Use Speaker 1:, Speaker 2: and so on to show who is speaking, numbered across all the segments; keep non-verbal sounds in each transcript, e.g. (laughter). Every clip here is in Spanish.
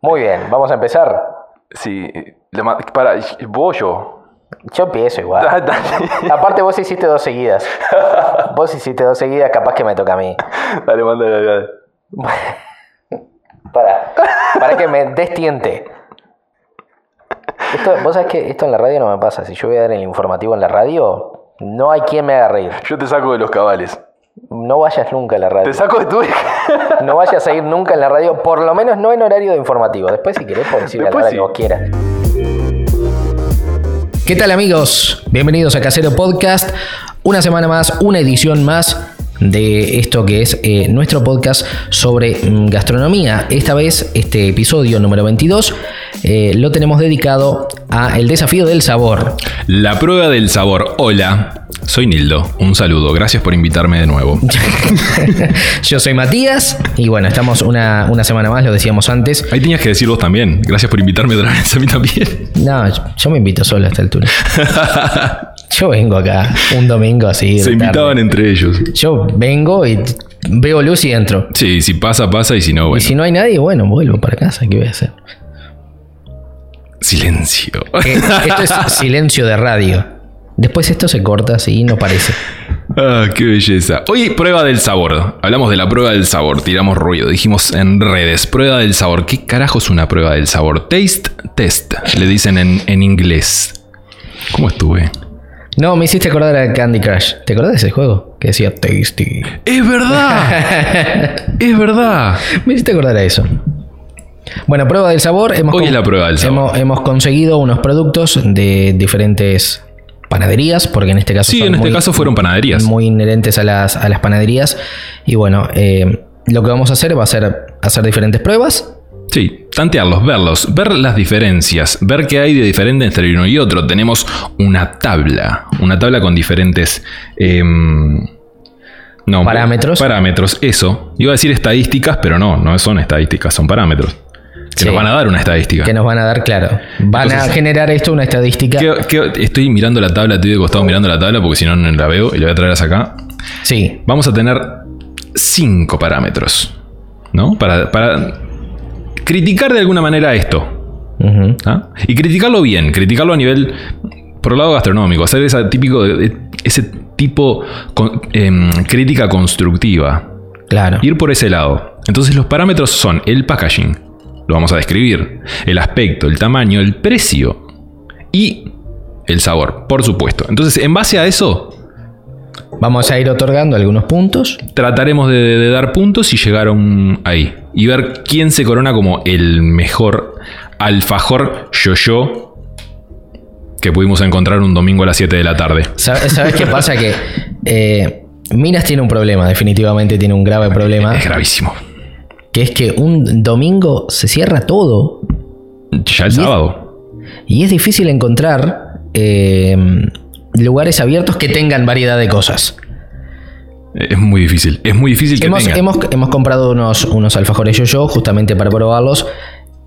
Speaker 1: Muy bien, vamos a empezar.
Speaker 2: Sí, le ma- para, vos yo. (laughs)
Speaker 1: Yo empiezo igual.
Speaker 2: Da- Dale,
Speaker 1: Aparte vos hiciste dos seguidas. Vos hiciste dos seguidas, capaz que me toca a mí.
Speaker 2: dale, mándale, dale.
Speaker 1: Para, para que me destiente. Esto, vos sabés que esto en la radio no me pasa. Si yo voy a dar el informativo en la radio, no hay quien me haga reír.
Speaker 2: Yo te saco de los cabales.
Speaker 1: No vayas nunca a la
Speaker 2: Te
Speaker 1: radio.
Speaker 2: saco de tu
Speaker 1: No vayas a ir nunca en la radio, por lo menos no en horario de informativo. Después si querés podés ir a la
Speaker 2: Después
Speaker 1: hora
Speaker 2: sí.
Speaker 1: que vos quieras. ¿Qué tal amigos? Bienvenidos a Casero Podcast. Una semana más, una edición más de esto que es eh, nuestro podcast sobre mm, gastronomía. Esta vez este episodio número 22 eh, lo tenemos dedicado a el desafío del sabor.
Speaker 3: La prueba del sabor. Hola, soy Nildo. Un saludo, gracias por invitarme de nuevo.
Speaker 1: Yo soy Matías y bueno, estamos una, una semana más, lo decíamos antes.
Speaker 3: Ahí tenías que decir vos también. Gracias por invitarme otra vez a mí también.
Speaker 1: No, yo me invito solo a esta
Speaker 3: (laughs)
Speaker 1: altura. Yo vengo acá un domingo así. de
Speaker 3: Se invitaban
Speaker 1: tarde.
Speaker 3: entre ellos.
Speaker 1: Yo vengo y t- veo luz y entro.
Speaker 3: Sí, si pasa, pasa y si no,
Speaker 1: Y
Speaker 3: bueno.
Speaker 1: si no hay nadie, bueno, vuelvo para casa. ¿Qué voy a
Speaker 3: (laughs)
Speaker 1: hacer?
Speaker 3: Silencio. (laughs)
Speaker 1: Eh, esto es silencio de radio. Después esto se corta así y no parece.
Speaker 3: Ah, qué belleza. Hoy prueba del sabor. Hablamos de la prueba del sabor. Tiramos ruido. Dijimos en redes. Prueba del sabor. ¿Qué carajo es una prueba del sabor? Taste test. Le dicen en, en inglés. ¿Cómo estuve?
Speaker 1: No, me hiciste acordar a Candy Crush. ¿Te acordás de ese juego? Que decía Tasty.
Speaker 3: Es verdad. es verdad.
Speaker 1: Me hiciste acordar a eso. Bueno, prueba del sabor. Hemos
Speaker 3: Hoy
Speaker 1: con-
Speaker 3: es la prueba del sabor.
Speaker 1: Hemos, hemos conseguido unos productos de diferentes panaderías, porque en este caso
Speaker 3: Sí,
Speaker 1: son
Speaker 3: en este
Speaker 1: muy-
Speaker 3: caso fueron panaderías.
Speaker 1: muy inherentes a las, a las panaderías. Y bueno, eh, lo que vamos a hacer va a ser hacer diferentes pruebas.
Speaker 3: Sí, tantearlos, verlos, ver las diferencias, ver qué hay de diferente entre uno y otro. Tenemos una tabla, una tabla con diferentes... em, no,
Speaker 1: Parámetros.
Speaker 3: Parámetros, eso. Iba a decir estadísticas, pero no, no son estadísticas, son parámetros. Que
Speaker 1: Sí.
Speaker 3: nos van a dar una estadística.
Speaker 1: Que nos van a dar, claro. Van a
Speaker 3: Entonces-
Speaker 1: generar esto una estadística.
Speaker 3: ¿Qué- qué- estoy mirando la tabla, estoy de costado mirando la tabla porque si no, no la veo y la voy a traer hasta acá.
Speaker 1: Sí.
Speaker 3: Vamos a tener cinco parámetros, ¿no? Para, para criticar de alguna manera esto.
Speaker 1: Ujú.
Speaker 3: ¿Ah? Y criticarlo bien, criticarlo a nivel, por el lado gastronómico, hacer esa típico, ese tipo con- em, crítica constructiva,
Speaker 1: Claro.
Speaker 3: ir por ese lado. Entonces los parámetros son el packaging, lo vamos a describir, el aspecto, el tamaño, el precio y el sabor, por supuesto. Entonces en base a eso
Speaker 1: Vamos a ir otorgando algunos puntos.
Speaker 3: trataremos de, de dar puntos y llegar a un ahí. Y ver quién se corona como el mejor alfajor yo-yo que pudimos encontrar un domingo a las 7 de la tarde.
Speaker 1: Sa- ¿Sabes qué pasa? Que eh, Minas tiene un problema, definitivamente tiene un grave problema.
Speaker 3: Es gravísimo.
Speaker 1: Que es que un domingo se cierra todo
Speaker 3: Ya el sábado.
Speaker 1: y es difícil encontrar eh, lugares abiertos que tengan variedad de cosas.
Speaker 3: Es muy difícil. Es muy difícil que
Speaker 1: Hemos,
Speaker 3: tenga.
Speaker 1: hemos, hemos comprado unos, unos alfajores yo-yo justamente para probarlos.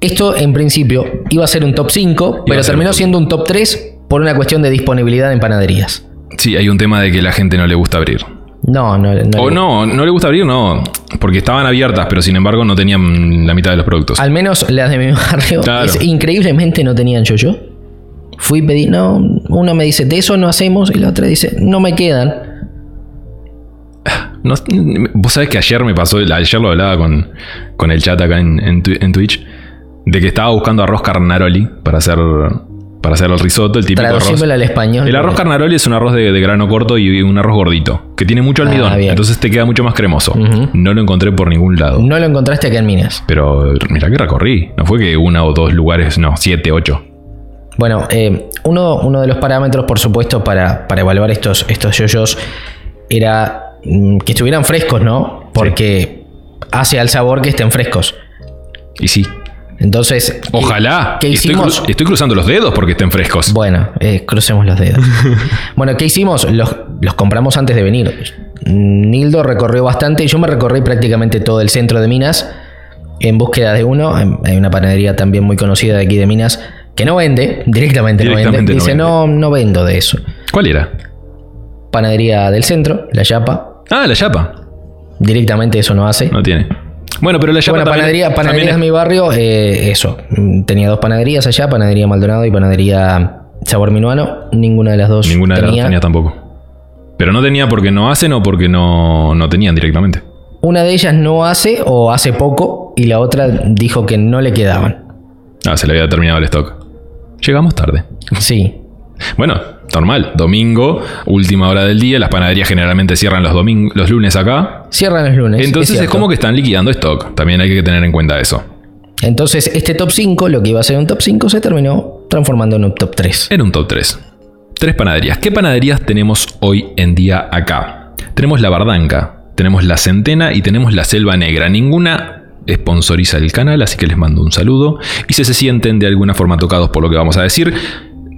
Speaker 1: Esto en principio iba a ser un top 5, pero
Speaker 3: a ser
Speaker 1: terminó
Speaker 3: un top
Speaker 1: siendo un top 3 por una cuestión de disponibilidad en panaderías.
Speaker 3: Sí, hay un tema de que la gente no le gusta abrir.
Speaker 1: No, no, no.
Speaker 3: O no, no le gusta abrir, no. Porque estaban abiertas, pero sin embargo no tenían la mitad de los productos.
Speaker 1: Al menos las de mi (laughs) barrio
Speaker 3: Claro.
Speaker 1: es- increíblemente no tenían yo-yo. Fui pedí, no, uno me dice, de eso no hacemos, y la otra dice, no me quedan.
Speaker 3: No- Vos sabés que ayer me pasó, ayer lo hablaba con, con el chat acá en, en Twi- en Twitch, de que estaba buscando arroz carnaroli para hacer, para hacer el risotto, el típico arroz.
Speaker 1: Traducímelo al español.
Speaker 3: El arroz carnaroli es un arroz de, de grano corto y un arroz gordito, que tiene mucho
Speaker 1: Ah,
Speaker 3: almidón,
Speaker 1: bien.
Speaker 3: entonces te queda mucho más cremoso.
Speaker 1: Ujú. Mm.
Speaker 3: No lo encontré por ningún lado.
Speaker 1: No lo encontraste acá en Minas.
Speaker 3: Pero mira que recorrí, no fue que una o dos lugares, no, siete, ocho.
Speaker 1: Bueno, eh, uno, uno de los parámetros, por supuesto, para, para evaluar estos, estos yoyos era mm, que estuvieran frescos, ¿no? Porque hace al sabor que estén frescos.
Speaker 3: Y sí.
Speaker 1: Entonces, ¿qué-
Speaker 3: Ojalá.
Speaker 1: ¿Qué,
Speaker 3: estoy,
Speaker 1: hicimos?
Speaker 3: cru- estoy cruzando los dedos porque estén frescos.
Speaker 1: Bueno, eh, crucemos los
Speaker 3: (laughs)
Speaker 1: dedos. bueno, ¿qué hicimos? Los, los compramos antes de venir. Nildo recorrió bastante y yo me recorrí prácticamente todo el centro de Minas en búsqueda de uno. Hay- Hay una panadería también muy conocida de aquí de Minas que no vende, directamente, no vende.
Speaker 3: Directamente no
Speaker 1: Dice,
Speaker 3: vende.
Speaker 1: no, no vendo de eso.
Speaker 3: ¿Cuál era?
Speaker 1: Panadería del centro, La Yapa.
Speaker 3: Ah, la chapa.
Speaker 1: Directamente eso no hace.
Speaker 3: No tiene. Bueno, pero la yapa
Speaker 1: Bueno,
Speaker 3: también-
Speaker 1: panadería, panadería
Speaker 3: también
Speaker 1: de mi
Speaker 3: es-
Speaker 1: barrio, eh, eso. Mm, Tenía dos panaderías allá, panadería Maldonado y panadería Sabor Minuano. Ninguna de las dos
Speaker 3: Ninguna de las
Speaker 1: tenía.
Speaker 3: dos tenía tampoco. Pero no tenía porque no hacen o porque no, no tenían directamente.
Speaker 1: Una de ellas no hace o hace poco y la otra dijo que no le quedaban.
Speaker 3: Ah, se le había terminado el stock. Llegamos tarde.
Speaker 1: Sí.
Speaker 3: Bueno, normal. Domingo, última hora del día. Las panaderías generalmente cierran los, domin- los lunes acá.
Speaker 1: Cierran los lunes.
Speaker 3: Entonces es,
Speaker 1: cierto.
Speaker 3: como que están liquidando stock. También hay que tener en cuenta eso.
Speaker 1: Entonces este top 5, lo que iba a ser un top 5, se terminó transformando en un top 3.
Speaker 3: En un top 3. Tres panaderías. ¿Qué panaderías tenemos hoy en día acá? Tenemos la Bardanca, tenemos la Centena y tenemos la Selva Negra. Ninguna sponsoriza el canal, así que les mando un saludo. Y si se sienten de alguna forma tocados por lo que vamos a decir,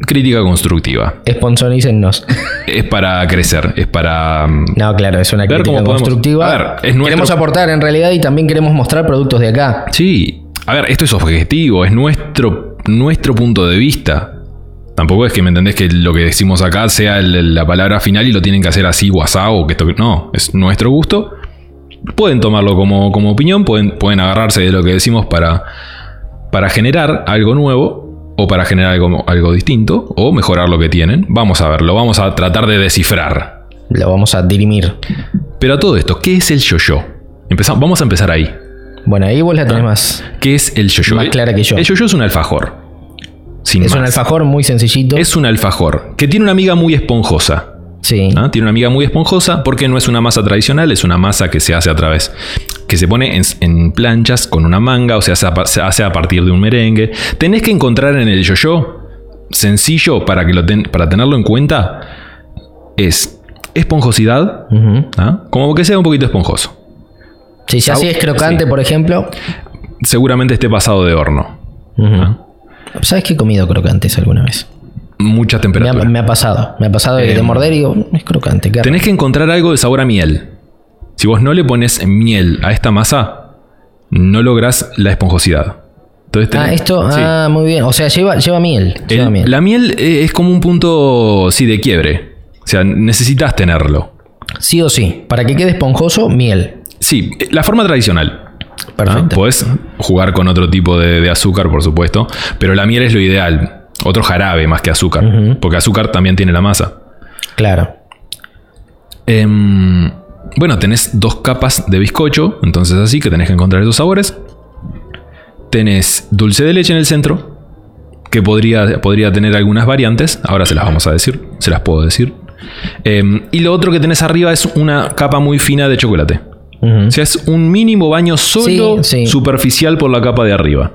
Speaker 3: crítica constructiva.
Speaker 1: Sponsorícennos.
Speaker 3: Es para crecer, es para... mm,
Speaker 1: No, claro, es una
Speaker 3: Ver
Speaker 1: crítica
Speaker 3: cómo podemos-
Speaker 1: constructiva.
Speaker 3: A ver, es nuestro-
Speaker 1: Queremos aportar en realidad y también queremos mostrar productos de acá.
Speaker 3: Sí, a ver, esto es objetivo, es nuestro, nuestro punto de vista. Tampoco es que me entendés que lo que decimos acá sea el- la palabra final y lo tienen que hacer así, WhatsApp o que esto. No, es nuestro gusto. Pueden tomarlo como, como opinión, pueden, pueden agarrarse de lo que decimos para, para generar algo nuevo o para generar algo, algo distinto o mejorar lo que tienen. Vamos a verlo, vamos a tratar de descifrar.
Speaker 1: Lo vamos a dirimir.
Speaker 3: Pero a todo esto, ¿qué es el yo-yo? Empezamos, vamos a empezar ahí.
Speaker 1: Bueno, ahí vos la
Speaker 3: Ah,
Speaker 1: tenés más.
Speaker 3: ¿Qué es el yoyo? Eh,
Speaker 1: Más clara que yo.
Speaker 3: El yoyo es un alfajor. Sin
Speaker 1: Es un
Speaker 3: más.
Speaker 1: alfajor muy sencillito.
Speaker 3: Es un alfajor que tiene una amiga muy esponjosa.
Speaker 1: sí.
Speaker 3: ¿ah? Tiene una amiga muy esponjosa porque no es una masa tradicional, es una masa que se hace a través, que se pone en, en planchas con una manga o se hace, a, pa- se hace a partir de un merengue. Tenés que encontrar en el yoyo sencillo para, que lo ten- para tenerlo en cuenta es esponjosidad,
Speaker 1: Ujú.
Speaker 3: ¿ah? como que sea un poquito esponjoso.
Speaker 1: Sí, si así es crocante, por ejemplo.
Speaker 3: Seguramente esté pasado de horno.
Speaker 1: Ujú.
Speaker 3: Ah.
Speaker 1: ¿Sabes que he comido crocantes alguna vez?
Speaker 3: Mucha
Speaker 1: Me ha,
Speaker 3: temperatura.
Speaker 1: me ha pasado. Me ha pasado de, de morder y digo, "Mm, es crocante. qué raro".
Speaker 3: Em, Tenés que encontrar algo de sabor a miel. Si vos no le pones miel a esta masa, no lográs la esponjosidad. Entonces tenés-
Speaker 1: ah, esto,
Speaker 3: sí.
Speaker 1: ah, muy bien. O sea, lleva, lleva miel.
Speaker 3: El-
Speaker 1: lleva miel.
Speaker 3: La miel eh, es como un punto, sí, de quiebre. O sea, necesitas tenerlo.
Speaker 1: Sí o sí. Para que quede esponjoso, miel.
Speaker 3: Sí, eh, la forma tradicional.
Speaker 1: Perfecto.
Speaker 3: Puedes jugar con otro tipo de, de azúcar, por supuesto, pero la miel es lo ideal. Otro jarabe más que azúcar, porque azúcar también tiene la masa.
Speaker 1: Claro.
Speaker 3: Em, bueno, tenés dos capas de bizcocho, entonces así que tenés que encontrar esos sabores. Tenés dulce de leche en el centro, que podría, podría tener algunas variantes, ahora se las vamos a decir, se las puedo decir. Em, y lo otro que tenés arriba es una capa muy fina de chocolate.
Speaker 1: Ujú.
Speaker 3: O sea, es un mínimo baño solo
Speaker 1: Sí, sí.
Speaker 3: superficial por la capa de arriba.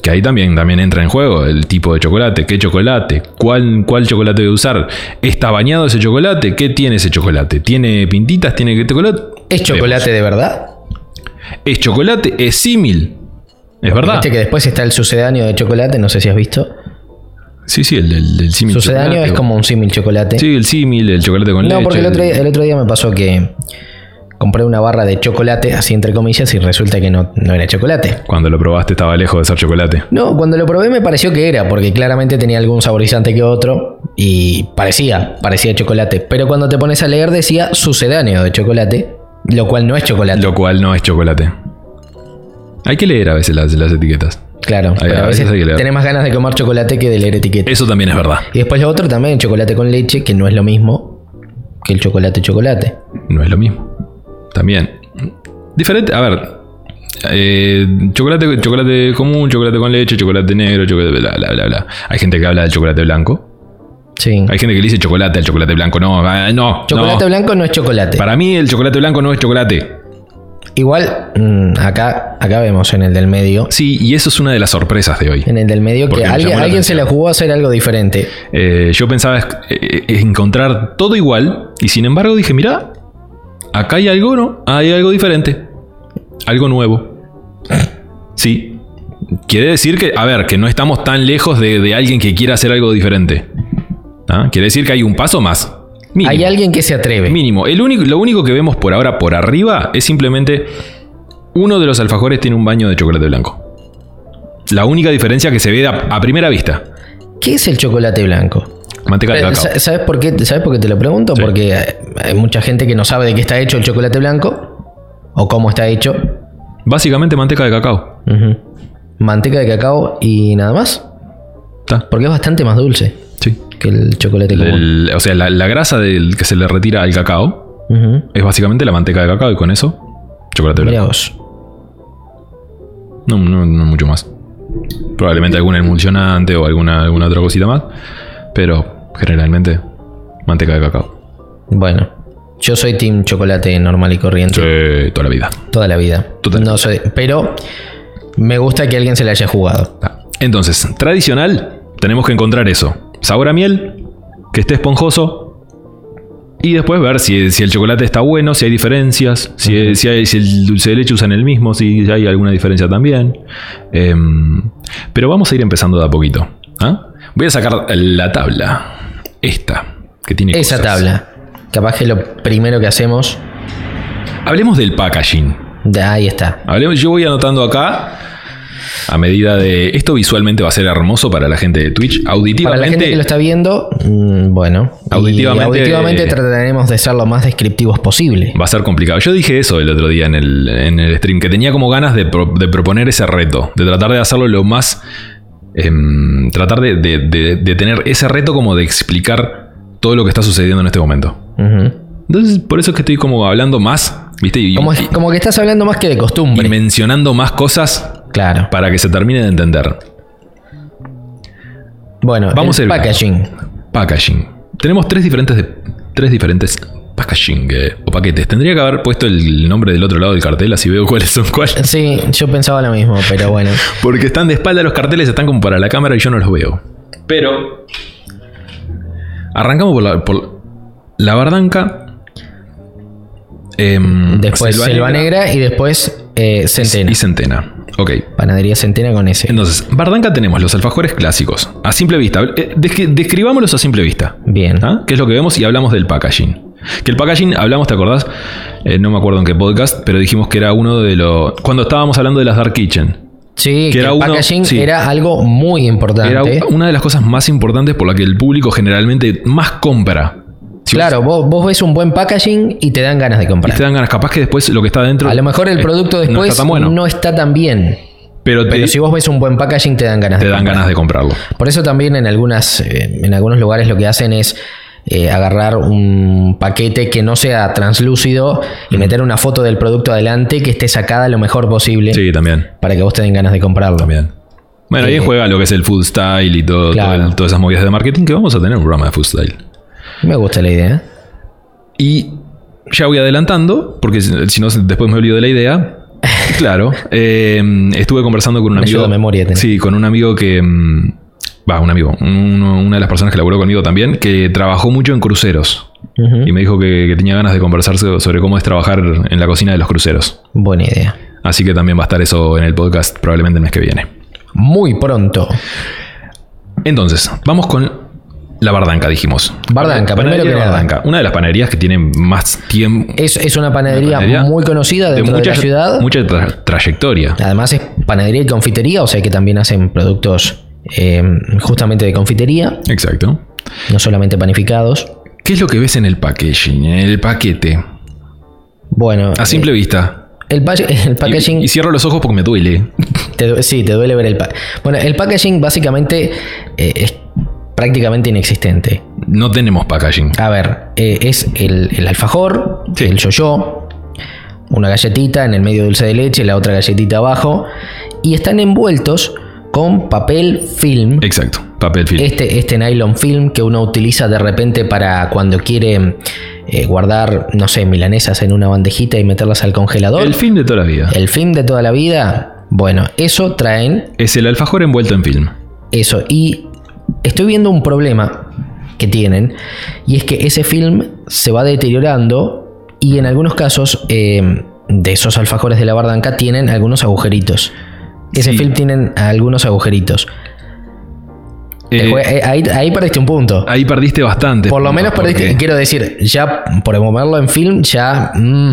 Speaker 3: Que ahí también, también entra en juego el tipo de chocolate, qué chocolate, cuál, cuál chocolate voy a usar, está bañado ese chocolate, qué tiene ese chocolate, tiene pintitas, tiene qué chocolate.
Speaker 1: ¿Es chocolate de verdad?
Speaker 3: Es chocolate, es símil. Es verdad.
Speaker 1: Viste Este que después está el sucedáneo de chocolate, no sé si has visto.
Speaker 3: Sí, sí, el, el, el símil.
Speaker 1: Sucedáneo
Speaker 3: chocolate.
Speaker 1: es como un símil chocolate.
Speaker 3: Sí, el símil, el chocolate con leche.
Speaker 1: No, porque el otro, día, el otro día me pasó que compré una barra de chocolate, así entre comillas, y resulta que no, no era chocolate.
Speaker 3: Cuando lo probaste estaba lejos de ser chocolate.
Speaker 1: No, cuando lo probé me pareció que era, porque claramente tenía algún saborizante que otro y parecía, parecía chocolate. Pero cuando te pones a leer decía sucedáneo de chocolate, lo cual no es chocolate.
Speaker 3: Lo cual no es chocolate. Hay que leer a veces las, las etiquetas.
Speaker 1: claro, pero
Speaker 3: a
Speaker 1: a veces
Speaker 3: veces hay que leer.
Speaker 1: tenés más ganas de comer chocolate que de leer etiqueta.
Speaker 3: Eso también es verdad.
Speaker 1: Y después lo otro también, chocolate con leche, que no es lo mismo que el chocolate chocolate.
Speaker 3: No es lo mismo. También. Diferente. A ver. eh, chocolate, chocolate común, chocolate con leche, chocolate negro, chocolate bla, bla, bla, bla. Hay gente que habla del chocolate blanco.
Speaker 1: Sí.
Speaker 3: Hay gente que le dice chocolate al chocolate blanco. No, ah, no.
Speaker 1: Chocolate
Speaker 3: no.
Speaker 1: blanco no es chocolate.
Speaker 3: Para mí el chocolate blanco no es chocolate.
Speaker 1: Igual, mm, acá, acá vemos en el del medio.
Speaker 3: Sí, y eso es una de las sorpresas de hoy.
Speaker 1: En el del medio
Speaker 3: Porque
Speaker 1: que
Speaker 3: me
Speaker 1: alguien,
Speaker 3: llamó la
Speaker 1: alguien se
Speaker 3: atención.
Speaker 1: la jugó a hacer algo diferente.
Speaker 3: Eh, yo pensaba eh, eh, encontrar todo igual y sin embargo dije, mirá, acá hay algo, ¿no? Ah, Hay algo diferente. Algo nuevo. Sí. Quiere decir que, a ver, que no estamos tan lejos de, de alguien que quiera hacer algo diferente. ¿Ah? Quiere decir que hay un paso más. Mínimo.
Speaker 1: Hay alguien que se atreve.
Speaker 3: Mínimo. El único, lo único que vemos por ahora por arriba es simplemente uno de los alfajores tiene un baño de chocolate blanco. La única diferencia que se ve a, a primera vista.
Speaker 1: ¿Qué es el chocolate blanco?
Speaker 3: Manteca de
Speaker 1: Pero,
Speaker 3: cacao.
Speaker 1: sa- ¿Sabes por qué? ¿Sabes por qué te lo pregunto? Porque hay- hay mucha gente que no sabe de qué está hecho el chocolate blanco o cómo está hecho.
Speaker 3: Básicamente manteca de cacao.
Speaker 1: Ujú. Manteca de cacao y nada más.
Speaker 3: Está.
Speaker 1: Porque es bastante más dulce
Speaker 3: Sí.
Speaker 1: que el chocolate común.
Speaker 3: El- o sea, la, la grasa del que se le retira al cacao
Speaker 1: Ujú.
Speaker 3: es básicamente la manteca de cacao y con eso, chocolate
Speaker 1: Mirá
Speaker 3: blanco.
Speaker 1: vos.
Speaker 3: No, no, no mucho más. Probablemente algún emulsionante o alguna, alguna otra cosita más. Pero generalmente, manteca de cacao.
Speaker 1: Bueno, yo soy team chocolate normal y corriente
Speaker 3: Sí, eh, toda la vida.
Speaker 1: toda la vida.
Speaker 3: Total.
Speaker 1: No soy, pero me gusta que alguien se la haya jugado.
Speaker 3: Ah, Entonces, tradicional, tenemos que encontrar eso. Sabor a miel, que esté esponjoso. Y después ver si, si el chocolate está bueno, si hay diferencias, si, si hay- si el dulce de leche usan el mismo, si hay alguna diferencia también. Em, pero vamos a ir empezando de a poquito. ¿ah? Voy a sacar la tabla. Esta, que tiene
Speaker 1: Esa
Speaker 3: cosas.
Speaker 1: tabla. Capaz que lo primero que hacemos.
Speaker 3: Hablemos del packaging.
Speaker 1: de- ahí está.
Speaker 3: Hablemos, yo voy anotando acá. A medida de. Esto visualmente va a ser hermoso para la gente de Twitch. Auditivamente.
Speaker 1: Para la gente que lo está viendo, mm, bueno. y
Speaker 3: Auditivamente-
Speaker 1: auditivamente trataremos de ser lo más descriptivos posible.
Speaker 3: Va a ser complicado. Yo dije eso el otro día en el, en el stream, que tenía como ganas de, pro- de proponer ese reto, de tratar de hacerlo lo más... em, tratar de, de- de- de tener ese reto como de explicar todo lo que está sucediendo en este momento.
Speaker 1: Ujú.
Speaker 3: Entonces, por eso es que estoy como hablando más, ¿viste? Y,
Speaker 1: como,
Speaker 3: y-
Speaker 1: como que estás hablando más que de
Speaker 3: y
Speaker 1: costumbre.
Speaker 3: mencionando más cosas
Speaker 1: Claro.
Speaker 3: para que se termine de entender.
Speaker 1: Bueno,
Speaker 3: Vamos
Speaker 1: el
Speaker 3: a ir-
Speaker 1: packaging.
Speaker 3: Packaging. Tenemos tres diferentes, de- tres diferentes packaging eh, o paquetes. Tendría que haber puesto el nombre del otro lado del cartel, así veo cuáles son cuáles.
Speaker 1: Sí, yo pensaba lo mismo, pero
Speaker 3: (laughs)
Speaker 1: bueno.
Speaker 3: Porque están de espalda los carteles, están como para la cámara y yo no los veo. Pero. Arrancamos por la, por la bardanca. em,
Speaker 1: Después Selva Negra y después eh, Centena.
Speaker 3: Y centena. Ok.
Speaker 1: Panadería Centena con ese.
Speaker 3: Entonces, bardanca tenemos los alfajores clásicos. A simple vista. Eh, descri- describámoslos a simple vista.
Speaker 1: Bien.
Speaker 3: ¿Ah? ¿Qué es lo que vemos? Y hablamos del packaging. Que el packaging, hablamos, ¿te acordás? Eh, no me acuerdo en qué podcast, pero dijimos que era uno de los. Cuando estábamos hablando de las Dark Kitchen.
Speaker 1: Sí,
Speaker 3: Que
Speaker 1: que
Speaker 3: era
Speaker 1: el
Speaker 3: uno-
Speaker 1: packaging
Speaker 3: sí.
Speaker 1: era algo muy importante.
Speaker 3: Era una de las cosas más importantes por la que el público generalmente más compra. Si
Speaker 1: claro, vos, vos ves un buen packaging y te dan ganas de
Speaker 3: vos-
Speaker 1: comprar.
Speaker 3: Te dan ganas, capaz que después lo que está adentro.
Speaker 1: A lo mejor el
Speaker 3: eh,
Speaker 1: producto después
Speaker 3: No está tan bueno.
Speaker 1: bien.
Speaker 3: pero te,
Speaker 1: Pero si vos ves un buen packaging te dan ganas
Speaker 3: te
Speaker 1: de
Speaker 3: dan
Speaker 1: comprar.
Speaker 3: ganas de comprarlo.
Speaker 1: Por eso también en, algunas, eh, en algunos lugares lo que hacen es eh, agarrar un paquete que no sea translúcido
Speaker 3: Mm.
Speaker 1: y meter una foto del producto adelante que esté sacada lo mejor posible
Speaker 3: Sí, también.
Speaker 1: para que vos te den ganas de comprarlo.
Speaker 3: También. Bueno, ahí
Speaker 1: Eh,
Speaker 3: juega lo que es el food style y todo,
Speaker 1: claro.
Speaker 3: todo el- todas esas movidas de marketing que vamos a tener un programa de food style.
Speaker 1: Me gusta la idea. ¿eh?
Speaker 3: Y ya voy adelantando, porque si si no, después me olvido de
Speaker 1: (laughs)
Speaker 3: la idea. Claro, eh, estuve conversando con un
Speaker 1: Me
Speaker 3: amigo.
Speaker 1: ayuda a memoria, tenés.
Speaker 3: sí, con un amigo que. mm, Va, un amigo. uno- una de las personas que laboró conmigo también, que trabajó mucho en cruceros.
Speaker 1: Ujú.
Speaker 3: Y me dijo que, que tenía ganas de conversar so- sobre cómo es trabajar en la cocina de los cruceros.
Speaker 1: Buena idea.
Speaker 3: Así que también va a estar eso en el podcast probablemente el mes que viene.
Speaker 1: Muy pronto.
Speaker 3: Entonces, vamos con la bardanca, dijimos.
Speaker 1: Bardanca, primero
Speaker 3: Panadería
Speaker 1: que nada.
Speaker 3: Bardanca. Una de las panaderías que tienen más tiempo.
Speaker 1: Es, es una panadería,
Speaker 3: panadería
Speaker 1: muy conocida
Speaker 3: de
Speaker 1: dentro de,
Speaker 3: mucha,
Speaker 1: la ciudad.
Speaker 3: mucha tra- trayectoria.
Speaker 1: Además es panadería y confitería, o sea que también hacen productos eh, justamente de confitería,
Speaker 3: Exacto.
Speaker 1: no solamente panificados.
Speaker 3: ¿Qué es lo que ves en el packaging, en el paquete?
Speaker 1: Bueno,
Speaker 3: A simple vista.
Speaker 1: el, pa- (laughs) el
Speaker 3: Y-
Speaker 1: packaging...
Speaker 3: Ah, Y, cierro los ojos porque me duele.
Speaker 1: Te due- sí, te duele ver el packaging. Bueno, el packaging básicamente eh, es prácticamente inexistente.
Speaker 3: No tenemos packaging.
Speaker 1: A ver, eh, es el, el alfajor,
Speaker 3: Sí.
Speaker 1: el yo-yo, una galletita en el medio dulce de leche, la otra galletita abajo, y están envueltos con papel film.
Speaker 3: Exacto. Papel film.
Speaker 1: Este, este nylon film que uno utiliza de repente para cuando quiere eh, guardar, no sé, milanesas en una bandejita y meterlas al congelador.
Speaker 3: el film de toda la vida.
Speaker 1: El film de toda la vida. Bueno, eso traen
Speaker 3: es el alfajor envuelto en film.
Speaker 1: Eso, y estoy viendo un problema que tienen, y es que ese film se va deteriorando y en algunos casos eh, de esos alfajores de la bardanca tienen algunos agujeritos. Ese
Speaker 3: Sí.
Speaker 1: film tienen algunos agujeritos.
Speaker 3: Eh,
Speaker 1: Después, eh, ahí, ahí perdiste un punto.
Speaker 3: ahí perdiste bastante.
Speaker 1: Por lo
Speaker 3: puntos,
Speaker 1: menos perdiste,
Speaker 3: porque-
Speaker 1: quiero decir, ya por moverlo en film, ya mm,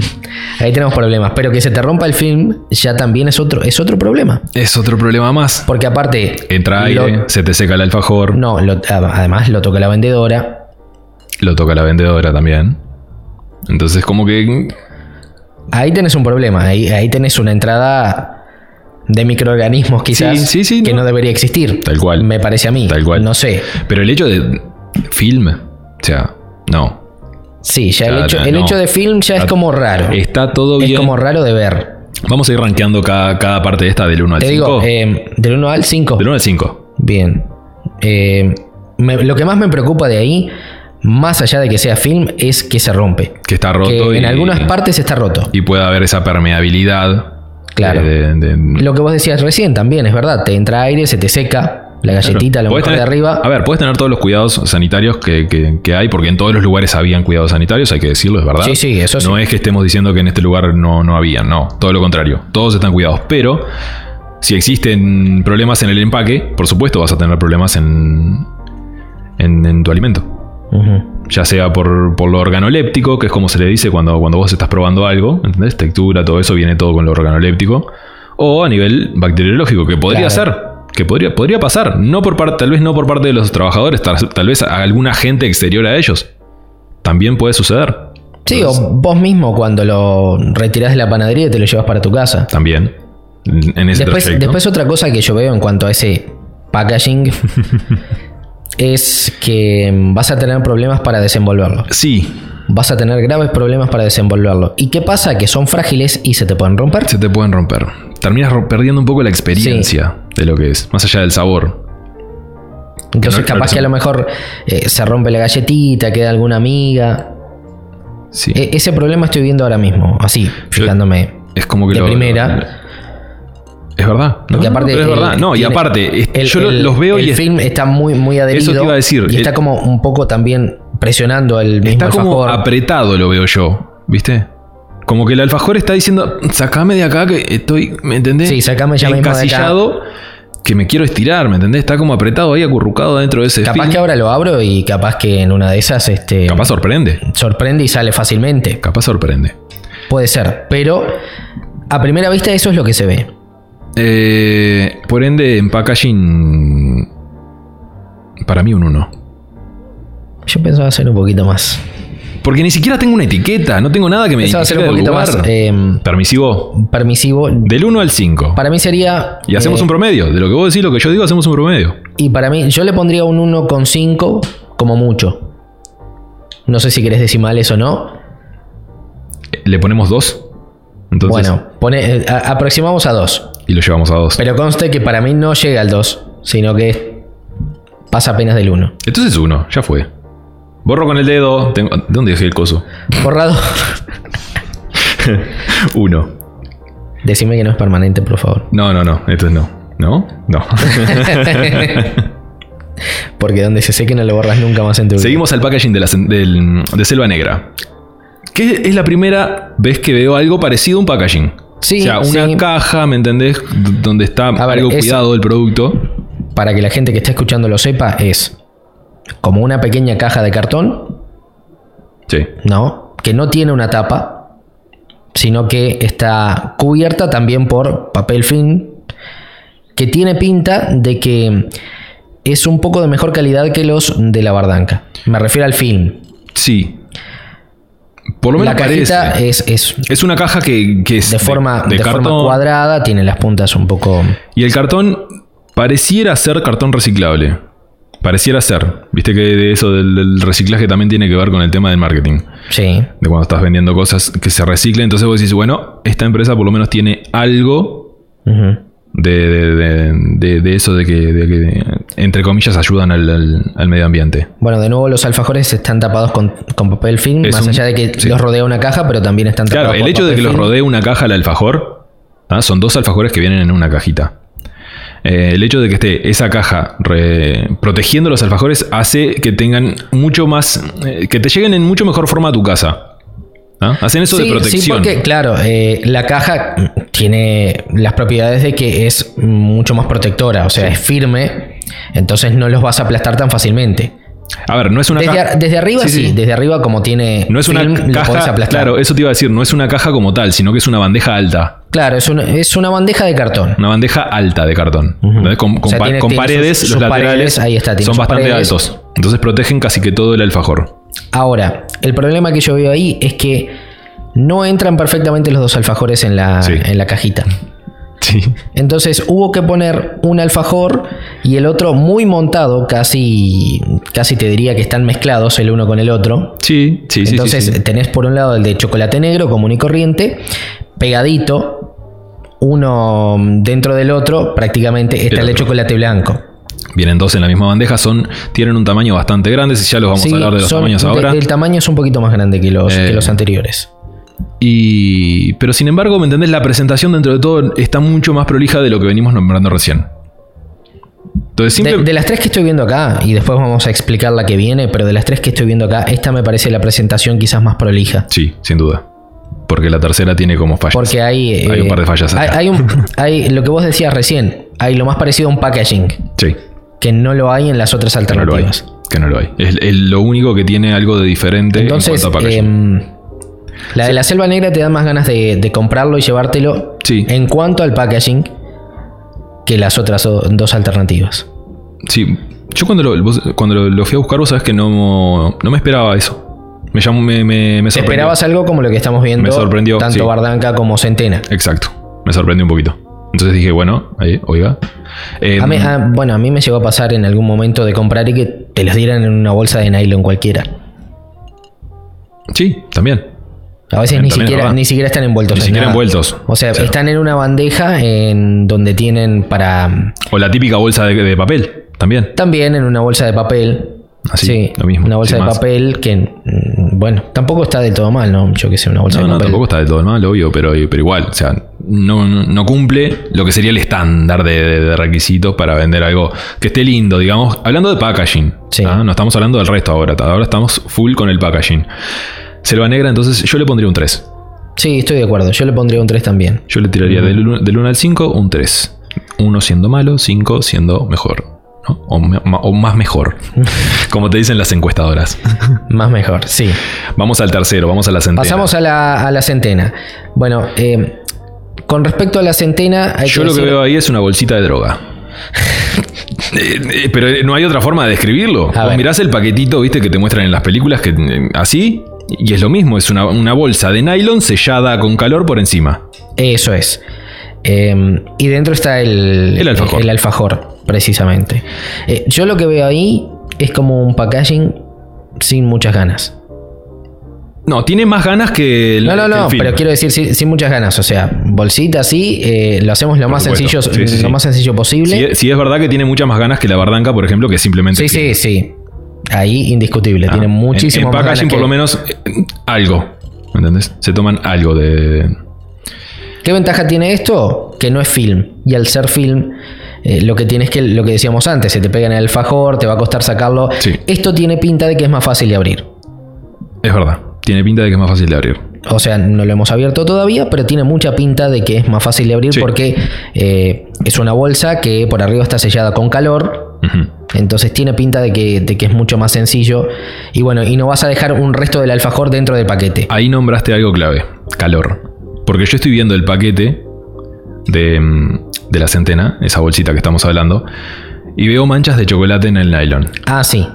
Speaker 1: ahí tenemos problemas. Pero que se te rompa el film, ya también es otro, es otro problema.
Speaker 3: Es otro problema más.
Speaker 1: Porque aparte,
Speaker 3: Entra aire,
Speaker 1: lo-
Speaker 3: se te seca el alfajor,
Speaker 1: no, lo- además lo toca la vendedora,
Speaker 3: lo toca la vendedora también. Entonces, como que
Speaker 1: Ahí tenés un problema, ahí, ahí tenés una entrada de microorganismos quizás
Speaker 3: Sí, sí, sí,
Speaker 1: que
Speaker 3: no.
Speaker 1: no. debería existir.
Speaker 3: Tal cual.
Speaker 1: Me parece a mí.
Speaker 3: Tal cual.
Speaker 1: No sé.
Speaker 3: Pero el hecho de film, o sea, no.
Speaker 1: Sí, ya el,
Speaker 3: Claro,
Speaker 1: hecho, el
Speaker 3: Ah, no.
Speaker 1: hecho de film ya es
Speaker 3: Ah,
Speaker 1: como raro.
Speaker 3: Está todo
Speaker 1: es
Speaker 3: bien.
Speaker 1: como raro de ver.
Speaker 3: Vamos a ir rankeando cada, cada parte de esta del 1 al
Speaker 1: Te
Speaker 3: 5.
Speaker 1: digo, eh, del 1 al 5.
Speaker 3: del 1 al 5.
Speaker 1: Bien. Eh, me- lo que más me preocupa de ahí, más allá de que sea film, es que se rompe.
Speaker 3: Que está roto.
Speaker 1: que
Speaker 3: y,
Speaker 1: en algunas partes está roto.
Speaker 3: Y puede haber esa permeabilidad.
Speaker 1: Claro.
Speaker 3: eh, de- de-
Speaker 1: Lo que vos decías recién también, es verdad. Te entra aire, se te seca la galletita, a lo
Speaker 3: Podés
Speaker 1: mejor de
Speaker 3: tener-
Speaker 1: arriba.
Speaker 3: A ver, puedes tener todos los cuidados sanitarios que, que- que hay, porque en todos los lugares habían cuidados sanitarios, hay que decirlo, es verdad.
Speaker 1: Sí, sí, eso sí.
Speaker 3: No es que estemos diciendo que en este lugar no, no habían, no, todo lo contrario, todos están cuidados, pero si existen problemas en el empaque, por supuesto vas a tener problemas en, en, en tu alimento.
Speaker 1: Ujú.
Speaker 3: Ya sea por, por lo organoléptico, que es como se le dice cuando, cuando vos estás probando algo, ¿entendés? Textura, todo eso viene todo con lo organoléptico. O a nivel bacteriológico, que podría
Speaker 1: Claro.
Speaker 3: ser, que podría, podría pasar. No por parte, tal vez no por parte de los trabajadores, tal, tal vez a alguna gente exterior a ellos. También puede suceder.
Speaker 1: Sí, o vos mismo cuando lo retirás de la panadería te lo llevas para tu casa.
Speaker 3: También. En ese
Speaker 1: Después,
Speaker 3: trayecto.
Speaker 1: después otra cosa que yo veo en cuanto a ese
Speaker 3: (laughs)
Speaker 1: packaging es que vas a tener problemas para desenvolverlo.
Speaker 3: Sí,
Speaker 1: Vas a tener graves problemas para desenvolverlo. ¿Y qué pasa? Que son frágiles y se te pueden romper.
Speaker 3: se te pueden romper. Terminas ro- perdiendo un poco la experiencia de lo que es, más allá del sabor.
Speaker 1: Entonces
Speaker 3: no- no
Speaker 1: capaz
Speaker 3: se-
Speaker 1: que a lo mejor eh, se rompe la galletita, queda alguna amiga.
Speaker 3: Sí.
Speaker 1: E- ese problema estoy viendo ahora mismo, así, fijándome.
Speaker 3: es como que
Speaker 1: de
Speaker 3: lo-
Speaker 1: primera.
Speaker 3: Es verdad.
Speaker 1: Porque
Speaker 3: No,
Speaker 1: aparte,
Speaker 3: no, pero
Speaker 1: eh,
Speaker 3: es verdad. No, y
Speaker 1: tiene-
Speaker 3: aparte, es-
Speaker 1: el-
Speaker 3: yo lo-
Speaker 1: el-
Speaker 3: los veo
Speaker 1: el
Speaker 3: y es-
Speaker 1: film está muy, muy adherido.
Speaker 3: Eso te iba a decir,
Speaker 1: Y
Speaker 3: el-
Speaker 1: está como un poco también presionando el mismo
Speaker 3: está como
Speaker 1: alfajor.
Speaker 3: apretado, lo veo yo. ¿Viste? Como que el alfajor está diciendo, sacame de acá que estoy, ¿me entendés?
Speaker 1: Sí, sacame ya mismo de acá.
Speaker 3: Encasillado que me quiero estirar, ¿me entendés? Está como apretado ahí, acurrucado dentro de ese
Speaker 1: Capaz
Speaker 3: film.
Speaker 1: que ahora lo abro y capaz que en una de esas este,
Speaker 3: Capaz sorprende.
Speaker 1: sorprende y sale fácilmente.
Speaker 3: Capaz sorprende.
Speaker 1: Puede ser, pero a primera vista eso es lo que se ve.
Speaker 3: Eh, por ende, en packaging. Para mí, un 1.
Speaker 1: Yo pensaba hacer un poquito más.
Speaker 3: Porque ni siquiera tengo una etiqueta, no tengo nada que me
Speaker 1: Pensaba hacer un
Speaker 3: identifique
Speaker 1: poquito
Speaker 3: del
Speaker 1: más
Speaker 3: lugar.
Speaker 1: eh,
Speaker 3: Permisivo.
Speaker 1: permisivo.
Speaker 3: Del 1 al 5.
Speaker 1: Para mí sería.
Speaker 3: Y hacemos
Speaker 1: eh,
Speaker 3: un promedio. De lo que vos decís, lo que yo digo, hacemos un promedio.
Speaker 1: Y para mí, yo le pondría un 1,5 como mucho. No sé si querés decimales o no.
Speaker 3: Eh, Le ponemos 2. Entonces.
Speaker 1: bueno, pone, eh, a- aproximamos a 2.
Speaker 3: Y lo llevamos a 2.
Speaker 1: Pero conste que para mí no llega al 2, sino que pasa apenas del 1.
Speaker 3: Entonces 1, ya fue. Borro con el dedo. Tengo- ¿De dónde dejé el coso?
Speaker 1: Borrado. (laughs)
Speaker 3: 1.
Speaker 1: Decime que no es permanente, por favor. (laughs)
Speaker 3: No, no, no. Esto es no. ¿No? No.
Speaker 1: Porque donde se seque no lo borras nunca más en tu vida.
Speaker 3: Seguimos al packaging de, la cen- del- de Selva Negra. Que es la primera vez que veo algo parecido a un packaging.
Speaker 1: Sí,
Speaker 3: o sea, una
Speaker 1: sí.
Speaker 3: caja, ¿me entendés? D- Donde está
Speaker 1: ver,
Speaker 3: algo
Speaker 1: es-
Speaker 3: cuidado el producto.
Speaker 1: Para que la gente que está escuchando lo sepa, es como una pequeña caja de cartón,
Speaker 3: Sí.
Speaker 1: ¿no? Que no tiene una tapa, sino que está cubierta también por papel film, que tiene pinta de que es un poco de mejor calidad que los de la bardanca. Me refiero al film.
Speaker 3: Sí. Por lo menos
Speaker 1: La cajita
Speaker 3: parece.
Speaker 1: es, es
Speaker 3: Es una caja que, que es
Speaker 1: de, forma, de forma cuadrada, tiene las puntas un poco...
Speaker 3: Y el cartón pareciera ser cartón reciclable. Pareciera ser. Viste que de eso del, del reciclaje también tiene que ver con el tema del marketing.
Speaker 1: Sí.
Speaker 3: de cuando estás vendiendo cosas que se reciclen. Entonces vos decís, bueno, esta empresa por lo menos tiene algo
Speaker 1: Ujú.
Speaker 3: de, de- de- de- de eso de que, de que, entre comillas, ayudan al, al- al medio ambiente.
Speaker 1: Bueno, de nuevo los alfajores están tapados con, con papel film,
Speaker 3: Es
Speaker 1: más
Speaker 3: un-
Speaker 1: allá de que
Speaker 3: sí.
Speaker 1: los rodea una caja, pero también están tapados
Speaker 3: Claro, el
Speaker 1: por
Speaker 3: hecho de
Speaker 1: papel
Speaker 3: que los
Speaker 1: film.
Speaker 3: rodee una caja al alfajor, ¿ah? son dos alfajores que vienen en una cajita. Eh, el hecho de que esté esa caja re- protegiendo los alfajores hace que tengan mucho más, eh, que te lleguen en mucho mejor forma a tu casa. ¿ah? Hacen eso
Speaker 1: Sí,
Speaker 3: de protección.
Speaker 1: Sí, porque, claro, eh, la caja mm, tiene las propiedades de que es mucho más protectora, o sea, es firme, entonces no los vas a aplastar tan fácilmente.
Speaker 3: A ver, no es una
Speaker 1: Desde,
Speaker 3: caja.
Speaker 1: ar- desde arriba sí, desde arriba como tiene
Speaker 3: No es una
Speaker 1: film, lo podés
Speaker 3: caja.
Speaker 1: aplastar.
Speaker 3: Claro, eso te iba a decir, no es una caja como tal, sino que es una bandeja alta.
Speaker 1: Claro, es, una, es una bandeja de cartón.
Speaker 3: Una bandeja alta de cartón. ¿Entendés? Con, con
Speaker 1: O sea,
Speaker 3: pa-
Speaker 1: tiene-
Speaker 3: con
Speaker 1: tiene
Speaker 3: paredes,
Speaker 1: sus-
Speaker 3: los
Speaker 1: sus
Speaker 3: laterales
Speaker 1: paredes, ahí está, tiene
Speaker 3: son
Speaker 1: sus
Speaker 3: bastante
Speaker 1: paredes.
Speaker 3: altos. Entonces protegen casi que todo el alfajor. (laughs)
Speaker 1: Ahora, el problema que yo veo ahí es que No entran perfectamente los dos alfajores en la,
Speaker 3: Sí.
Speaker 1: en la cajita.
Speaker 3: Sí.
Speaker 1: Entonces hubo que poner un alfajor y el otro muy montado, casi, casi te diría que están mezclados el uno con el otro.
Speaker 3: Sí, sí, sí.
Speaker 1: Entonces eh,
Speaker 3: sí, sí.
Speaker 1: tenés por un lado el de chocolate negro común y corriente, pegadito, uno dentro del otro, prácticamente está el de
Speaker 3: otro.
Speaker 1: chocolate blanco.
Speaker 3: Vienen dos en la misma bandeja, son, tienen un tamaño bastante grande, si ya los vamos
Speaker 1: Sí,
Speaker 3: a hablar de los
Speaker 1: son-
Speaker 3: tamaños ahora.
Speaker 1: de- El tamaño es un poquito más grande que los,
Speaker 3: Eh.
Speaker 1: que los anteriores.
Speaker 3: Y. Pero sin embargo, ¿me entendés? La presentación dentro de todo está mucho más prolija de lo que venimos nombrando recién. Entonces,
Speaker 1: De,
Speaker 3: simple-
Speaker 1: de las tres que estoy viendo acá, y después vamos a explicar la que viene, pero de las tres que estoy viendo acá, esta me parece la presentación quizás más prolija.
Speaker 3: Sí, sin duda. Porque la tercera tiene como fallas.
Speaker 1: Porque hay. eh,
Speaker 3: Hay un par de fallas
Speaker 1: Hay,
Speaker 3: acá.
Speaker 1: hay
Speaker 3: (laughs)
Speaker 1: un- hay lo que vos decías recién. Hay lo más parecido a un packaging.
Speaker 3: Sí,
Speaker 1: Que no lo hay en las otras
Speaker 3: que no lo hay.
Speaker 1: alternativas.
Speaker 3: Que no lo hay. Es, es lo único que tiene algo de diferente en
Speaker 1: Entonces.
Speaker 3: cuanto a packaging.
Speaker 1: em, la de la selva negra te da más ganas de, de comprarlo y llevártelo.
Speaker 3: Sí.
Speaker 1: En cuanto al packaging. Que las otras o- dos alternativas.
Speaker 3: Sí, yo cuando lo, vos- cuando lo, lo fui a buscar, vos sabés que no, no me esperaba eso. Me llamó, me, me, me sorprendió.
Speaker 1: Esperabas algo como lo que estamos viendo.
Speaker 3: Me sorprendió,
Speaker 1: Tanto
Speaker 3: sí.
Speaker 1: Bardanca como Centena.
Speaker 3: Exacto, me sorprendió un poquito. Entonces dije, bueno, ahí, oiga. Em,
Speaker 1: A mí- ah, bueno, a mí me llegó a pasar en algún momento de comprar y que te los dieran en una bolsa de nylon cualquiera.
Speaker 3: Sí, también.
Speaker 1: A veces
Speaker 3: También
Speaker 1: ni
Speaker 3: es
Speaker 1: siquiera,
Speaker 3: verdad.
Speaker 1: ni siquiera están envueltos.
Speaker 3: Ni
Speaker 1: en
Speaker 3: siquiera
Speaker 1: nada.
Speaker 3: envueltos.
Speaker 1: O sea,
Speaker 3: Claro.
Speaker 1: están en una bandeja en donde tienen para.
Speaker 3: O la típica bolsa de, de papel, también.
Speaker 1: También en una bolsa de papel.
Speaker 3: Así, Ah, lo mismo,
Speaker 1: Una bolsa
Speaker 3: sin
Speaker 1: de
Speaker 3: más.
Speaker 1: papel que, mm, bueno, tampoco está del todo mal, ¿no? Yo que sé, una bolsa
Speaker 3: No,
Speaker 1: de
Speaker 3: no,
Speaker 1: papel.
Speaker 3: tampoco está del todo mal, obvio, pero, pero igual, o sea, no, no cumple lo que sería el estándar de, de- de requisitos para vender algo que esté lindo, digamos. Hablando de packaging,
Speaker 1: Sí.
Speaker 3: ¿ah? no estamos hablando del resto ahora, ahora estamos full con el packaging. Selva Negra, entonces yo le pondría un 3.
Speaker 1: Sí, estoy de acuerdo. Yo le pondría un 3 también.
Speaker 3: Yo le tiraría del, uno- del 1 al 5 un 3. 1 siendo malo, 5 siendo mejor. ¿no? O, me- ma- o
Speaker 1: (laughs)
Speaker 3: más mejor, como te dicen las encuestadoras.
Speaker 1: Más mejor, sí.
Speaker 3: Vamos al tercero, vamos a la centena.
Speaker 1: Pasamos a la, a la centena. Bueno, eh, con respecto a la centena, hay
Speaker 3: Yo
Speaker 1: que
Speaker 3: lo que
Speaker 1: decir-
Speaker 3: veo ahí es una bolsita de droga.
Speaker 1: (laughs)
Speaker 3: Eh, eh, Pero eh, no hay otra forma de describirlo.
Speaker 1: A
Speaker 3: Vos
Speaker 1: ver.
Speaker 3: mirás el paquetito, viste, que te muestran en las películas, que eh, así, y es lo mismo, es una, una bolsa de nylon sellada con calor por encima.
Speaker 1: Eso es. Eh, y dentro está el, eh,
Speaker 3: El alfajor.
Speaker 1: el alfajor, precisamente. Eh, yo lo que veo ahí es como un packaging sin muchas ganas.
Speaker 3: No, tiene más ganas que el.
Speaker 1: No, no,
Speaker 3: que el
Speaker 1: no,
Speaker 3: film.
Speaker 1: pero quiero decir sin, sin muchas ganas. O sea, bolsita así, eh, lo hacemos lo, más sencillo,
Speaker 3: supuesto. Sí, sí,
Speaker 1: lo
Speaker 3: sí.
Speaker 1: más sencillo posible.
Speaker 3: Si, es- si es verdad que tiene muchas más ganas que la bardanca, por ejemplo, que simplemente.
Speaker 1: sí, sí,
Speaker 3: film.
Speaker 1: sí. Ahí indiscutible.
Speaker 3: Ah,
Speaker 1: Tiene
Speaker 3: en-
Speaker 1: muchísimo
Speaker 3: En,
Speaker 1: más ganas
Speaker 3: packaging, por
Speaker 1: que-
Speaker 3: lo menos, eh, algo. ¿Me entendés? Se toman algo de.
Speaker 1: ¿Qué ventaja tiene esto? Que no es film. Y al ser film, eh, lo que tienes que, lo que decíamos antes, se te pega en el alfajor, te va a costar sacarlo.
Speaker 3: Sí.
Speaker 1: Esto tiene pinta de que es más fácil de abrir.
Speaker 3: Es verdad. Tiene pinta de que es más fácil de abrir.
Speaker 1: O sea, no lo hemos abierto todavía, pero tiene mucha pinta de que es más fácil de abrir
Speaker 3: Sí.
Speaker 1: porque eh, es una bolsa que por arriba está sellada con calor.
Speaker 3: Ujú.
Speaker 1: Entonces tiene pinta de que, de que es mucho más sencillo. Y bueno, y no vas a dejar un resto del alfajor dentro del paquete.
Speaker 3: Ahí nombraste algo clave, calor. Porque yo estoy viendo el paquete de, mm, de la centena, esa bolsita que estamos hablando, y veo manchas de chocolate en el nylon.
Speaker 1: Ah, sí.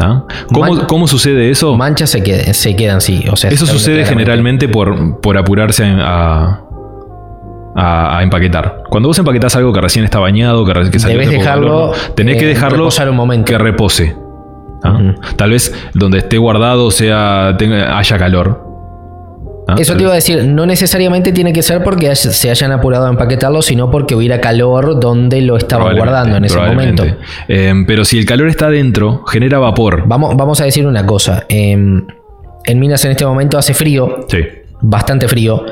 Speaker 3: ¿ah? ¿Cómo,
Speaker 1: Man-
Speaker 3: cómo sucede eso?
Speaker 1: Manchas se, qued- se quedan, sí. O sea,
Speaker 3: Eso
Speaker 1: se-
Speaker 3: sucede
Speaker 1: claramente.
Speaker 3: generalmente por, por apurarse a, a- a empaquetar. Cuando vos empaquetás algo que recién está bañado, que, re- que salió
Speaker 1: Debes
Speaker 3: hace poco del
Speaker 1: dejarlo,
Speaker 3: horno, tenés que
Speaker 1: eh,
Speaker 3: dejarlo
Speaker 1: reposar un momento.
Speaker 3: que repose. ¿ah?
Speaker 1: Ujú.
Speaker 3: Tal vez donde esté guardado sea tenga- haya calor. ¿ah?
Speaker 1: Eso te iba a decir, no necesariamente tiene que ser porque hay- se hayan apurado a empaquetarlo, sino porque hubiera calor donde lo estaban
Speaker 3: Probablemente,
Speaker 1: guardando en ese
Speaker 3: probablemente.
Speaker 1: momento.
Speaker 3: Eh, pero si el calor está dentro, genera vapor.
Speaker 1: Vamos, vamos a decir una cosa. eh, en Minas en este momento hace frío,
Speaker 3: sí,
Speaker 1: bastante frío.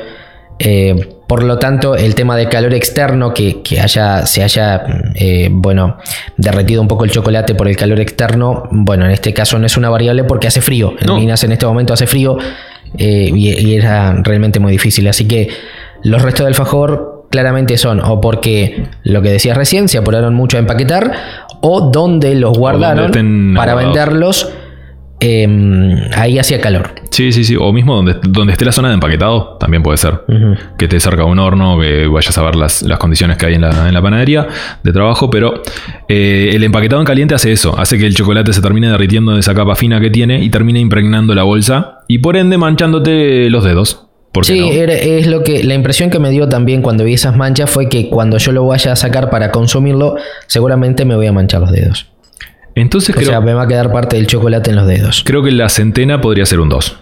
Speaker 1: eh, por lo tanto, el tema de calor externo, que, que haya, se haya, eh, bueno, derretido un poco el chocolate por el calor externo, bueno, en este caso no es una variable porque hace frío. En
Speaker 3: No.
Speaker 1: Minas en este momento hace frío eh, y, y era realmente muy difícil. Así que los restos del fajor claramente son o porque lo que decías recién, se apuraron mucho a empaquetar, o donde los guardaron
Speaker 3: estén
Speaker 1: para
Speaker 3: guardados.
Speaker 1: venderlos, eh, ahí hacía calor.
Speaker 3: sí, sí, sí. O mismo donde, donde esté la zona de empaquetado, también puede ser.
Speaker 1: Ujú.
Speaker 3: Que esté cerca de un horno, que vayas a ver las, las condiciones que hay en la, en la panadería de trabajo. Pero eh, el empaquetado en caliente hace eso. Hace que el chocolate se termine derritiendo de esa capa fina que tiene y termine impregnando la bolsa y por ende manchándote los dedos. ¿Por qué
Speaker 1: Sí, eh,
Speaker 3: no?
Speaker 1: era- es lo que la impresión que me dio también cuando vi esas manchas fue que cuando yo lo vaya a sacar para consumirlo, seguramente me voy a manchar los dedos.
Speaker 3: Entonces
Speaker 1: O
Speaker 3: creo,
Speaker 1: sea, me va a quedar parte del chocolate en los dedos.
Speaker 3: creo que la centena podría ser un 2.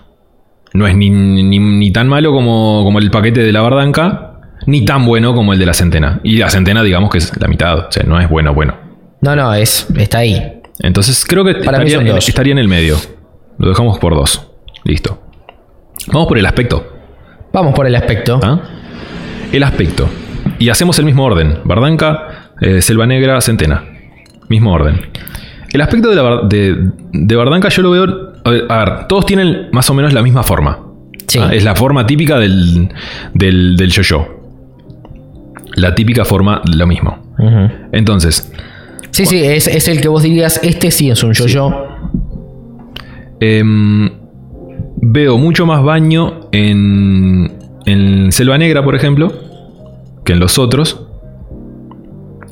Speaker 3: No es ni, ni- ni tan malo como, como el paquete de la bardanca, ni tan bueno como el de la centena. Y la centena, digamos que es la mitad, o sea, no es bueno, bueno.
Speaker 1: No, no, es está ahí.
Speaker 3: Entonces creo que
Speaker 1: Para mí
Speaker 3: estaría,
Speaker 1: son
Speaker 3: en,
Speaker 1: dos.
Speaker 3: estaría en el medio. Lo dejamos por dos. Listo. Vamos por el aspecto.
Speaker 1: Vamos por el aspecto.
Speaker 3: ¿ah? El aspecto. Y hacemos el mismo orden. Bardanca, eh, Selva Negra, Centena. Mismo orden. El aspecto de, la bar- de- de Bardanca yo lo veo... A ver, a ver, todos tienen más o menos la misma forma.
Speaker 1: Sí.
Speaker 3: Ah, Es la forma típica del, del, del yo-yo. La típica forma, lo mismo.
Speaker 1: Ujú.
Speaker 3: Entonces,
Speaker 1: Sí, sí, es, es el que vos dirías, este sí es un yo-yo.
Speaker 3: Em, veo mucho más baño en, en Selva Negra, por ejemplo, que en los otros.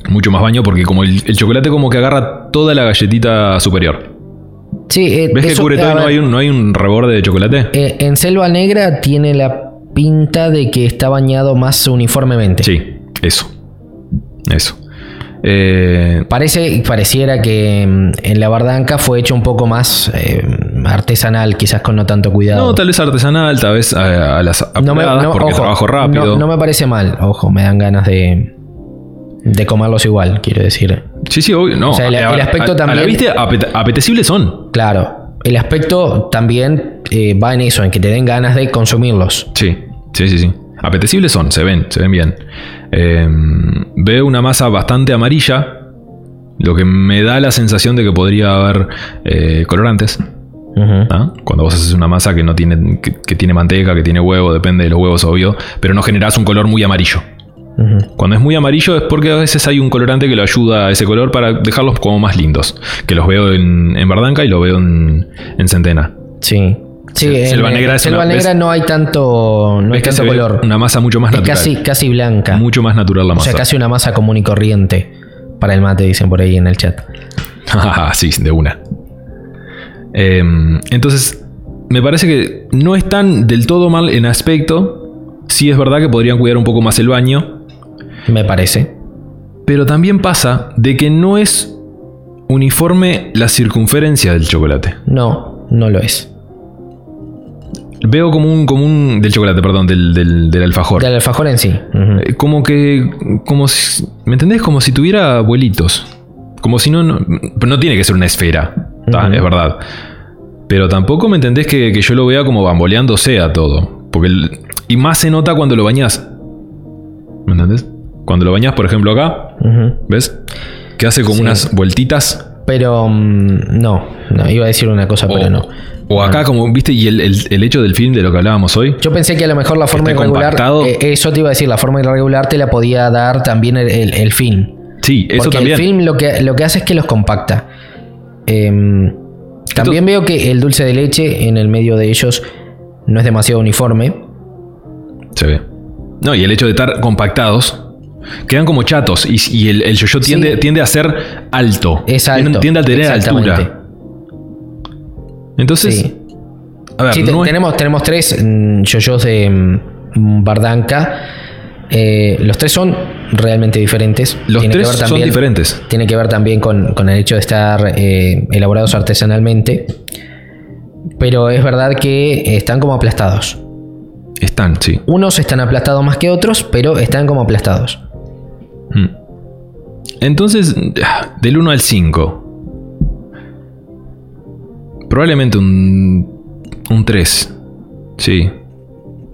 Speaker 3: Mucho más baño porque como el, el chocolate como que agarra toda la galletita superior.
Speaker 1: Sí, eh,
Speaker 3: ¿Ves que
Speaker 1: eso-
Speaker 3: cubre todo
Speaker 1: a
Speaker 3: y no
Speaker 1: ver,
Speaker 3: hay, un, no hay un reborde de chocolate?
Speaker 1: eh, en Selva Negra tiene la pinta de que está bañado más uniformemente.
Speaker 3: Sí, eso. Eso. Eh,
Speaker 1: Parece, pareciera que mm, en la bardanca fue hecho un poco más eh, artesanal, quizás con no tanto cuidado.
Speaker 3: no, tal vez artesanal, tal vez a, a las apuradas porque
Speaker 1: ojo,
Speaker 3: trabajo rápido.
Speaker 1: No, no me parece mal, ojo, me dan ganas de, de comerlos igual, quiero decir.
Speaker 3: Sí, sí, obvio, no.
Speaker 1: O sea, el-
Speaker 3: A- a-
Speaker 1: el aspecto
Speaker 3: a- a la
Speaker 1: también-
Speaker 3: vista, apete- apetecibles son.
Speaker 1: Claro, el aspecto también eh, va en eso, en que te den ganas de consumirlos.
Speaker 3: Sí, sí, sí, sí. Apetecibles son, se ven, se ven bien. Eh, veo una masa bastante amarilla, lo que me da la sensación de que podría haber eh, colorantes.
Speaker 1: Ujú.
Speaker 3: ¿ah? Cuando vos haces una masa que no tiene, que, que tiene manteca, que tiene huevo, depende de los huevos, obvio, pero no generás un color muy amarillo.
Speaker 1: Ujú.
Speaker 3: Cuando es muy amarillo es porque a veces hay un colorante que lo ayuda a ese color para dejarlos como más lindos. Que los veo en, en Bardanca y lo veo en, en Centena.
Speaker 1: Sí. Sí,
Speaker 3: Se-
Speaker 1: en-
Speaker 3: Selva
Speaker 1: en
Speaker 3: Negra es
Speaker 1: Selva
Speaker 3: una-
Speaker 1: Negra
Speaker 3: ves-
Speaker 1: no hay tanto, no hay
Speaker 3: Es que
Speaker 1: tanto
Speaker 3: se ve
Speaker 1: color.
Speaker 3: una masa mucho más
Speaker 1: es
Speaker 3: natural.
Speaker 1: casi, casi blanca.
Speaker 3: Mucho más natural la
Speaker 1: o
Speaker 3: masa.
Speaker 1: sea, casi una masa común y corriente para el mate, dicen por ahí en el chat.
Speaker 3: Ah, (laughs) sí, de una. Em, entonces, me parece que no están del todo mal en aspecto. Sí es verdad que podrían cuidar un poco más el baño.
Speaker 1: Me parece.
Speaker 3: Pero también pasa de que no es uniforme la circunferencia del chocolate.
Speaker 1: No, no lo es.
Speaker 3: Veo como un... Como un del chocolate, perdón, del, del- del alfajor.
Speaker 1: Del alfajor en sí. Ujú.
Speaker 3: Eh, Como que... Como si- ¿Me entendés? Como si tuviera vuelitos. Como si no... no pero no tiene que ser una esfera. ¿tá?
Speaker 1: Ujú.
Speaker 3: Es verdad. Pero tampoco me entendés que, que yo lo vea como bamboleándose a todo. Porque el- y más se nota cuando lo bañás. ¿Me entendés? Cuando lo bañás, por ejemplo, acá.
Speaker 1: Ujú.
Speaker 3: ¿Ves? Que hace como
Speaker 1: Sí.
Speaker 3: unas vueltitas.
Speaker 1: Pero mm, no, no, iba a decir una cosa,
Speaker 3: O,
Speaker 1: pero no.
Speaker 3: o acá, como viste, y el, el- el hecho del film de lo que hablábamos hoy.
Speaker 1: Yo pensé que a lo mejor la forma
Speaker 3: esté
Speaker 1: irregular,
Speaker 3: compactado.
Speaker 1: eh, eso te iba a decir, la forma irregular te la podía dar también el, el- el film.
Speaker 3: Sí, eso
Speaker 1: Porque
Speaker 3: también.
Speaker 1: el film lo que, lo que hace es que los compacta. Em, también veo que el dulce de leche en el medio de ellos no es demasiado uniforme.
Speaker 3: Se ve. No, y el hecho de estar compactados. Quedan como chatos. Y, y el, el yo-yo tiende,
Speaker 1: Sí.
Speaker 3: tiende a ser alto.
Speaker 1: Es alto.
Speaker 3: Tiende, tiende a tener
Speaker 1: Exactamente.
Speaker 3: altura. Entonces,
Speaker 1: Sí.
Speaker 3: a ver,
Speaker 1: Sí, te-
Speaker 3: no es-
Speaker 1: tenemos, tenemos tres mm, yoyos de mm, Bardanca. Eh, los tres son realmente diferentes.
Speaker 3: los
Speaker 1: Tiene que
Speaker 3: tres
Speaker 1: ver
Speaker 3: son
Speaker 1: también-
Speaker 3: diferentes.
Speaker 1: Tiene que ver también con, con el hecho de estar eh, elaborados artesanalmente. Pero es verdad que están como aplastados.
Speaker 3: Están, sí.
Speaker 1: Unos están aplastados más que otros, pero están como aplastados.
Speaker 3: Mm. Entonces, ah, del 1 al 5. Probablemente un, un 3. Sí.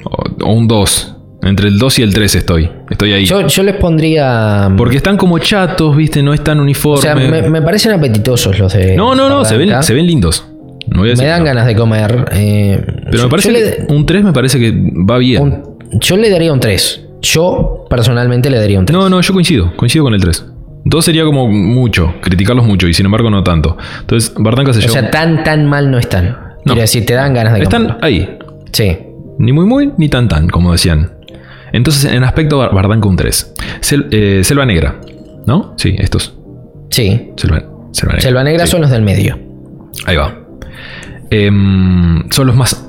Speaker 3: O, o un 2. Entre el 2 y el 3 estoy. Estoy ahí.
Speaker 1: Yo, yo les pondría.
Speaker 3: Porque están como chatos, viste, no es tan
Speaker 1: o
Speaker 3: uniforme.
Speaker 1: sea, me, me parecen apetitosos los de.
Speaker 3: no, no, no, se ven,
Speaker 1: Bardanca.
Speaker 3: se ven lindos. No voy a decir
Speaker 1: Me dan
Speaker 3: que no.
Speaker 1: ganas de comer. eh,
Speaker 3: Pero
Speaker 1: yo-
Speaker 3: me
Speaker 1: yo
Speaker 3: parece
Speaker 1: le-
Speaker 3: que un 3 me parece que va bien.
Speaker 1: Un- yo le daría un 3. Yo personalmente le daría un 3.
Speaker 3: No, no, yo coincido, coincido con el 3. 2 sería como mucho, criticarlos mucho y sin embargo no tanto. Entonces, Bartanca se
Speaker 1: o
Speaker 3: lleva.
Speaker 1: sea, tan tan mal no están.
Speaker 3: No.
Speaker 1: Quiero decir, te dan ganas de
Speaker 3: Están
Speaker 1: comerlo.
Speaker 3: ahí.
Speaker 1: Sí.
Speaker 3: Ni muy muy, ni tan tan, como decían. Entonces, en aspecto, Bar- Bardanca un 3. Sel- eh, Selva Negra, ¿no? Sí, estos.
Speaker 1: Sí.
Speaker 3: Selva, Selva Negra.
Speaker 1: Selva Negra
Speaker 3: Sí,
Speaker 1: son los del medio.
Speaker 3: Ahí va. Em, son los más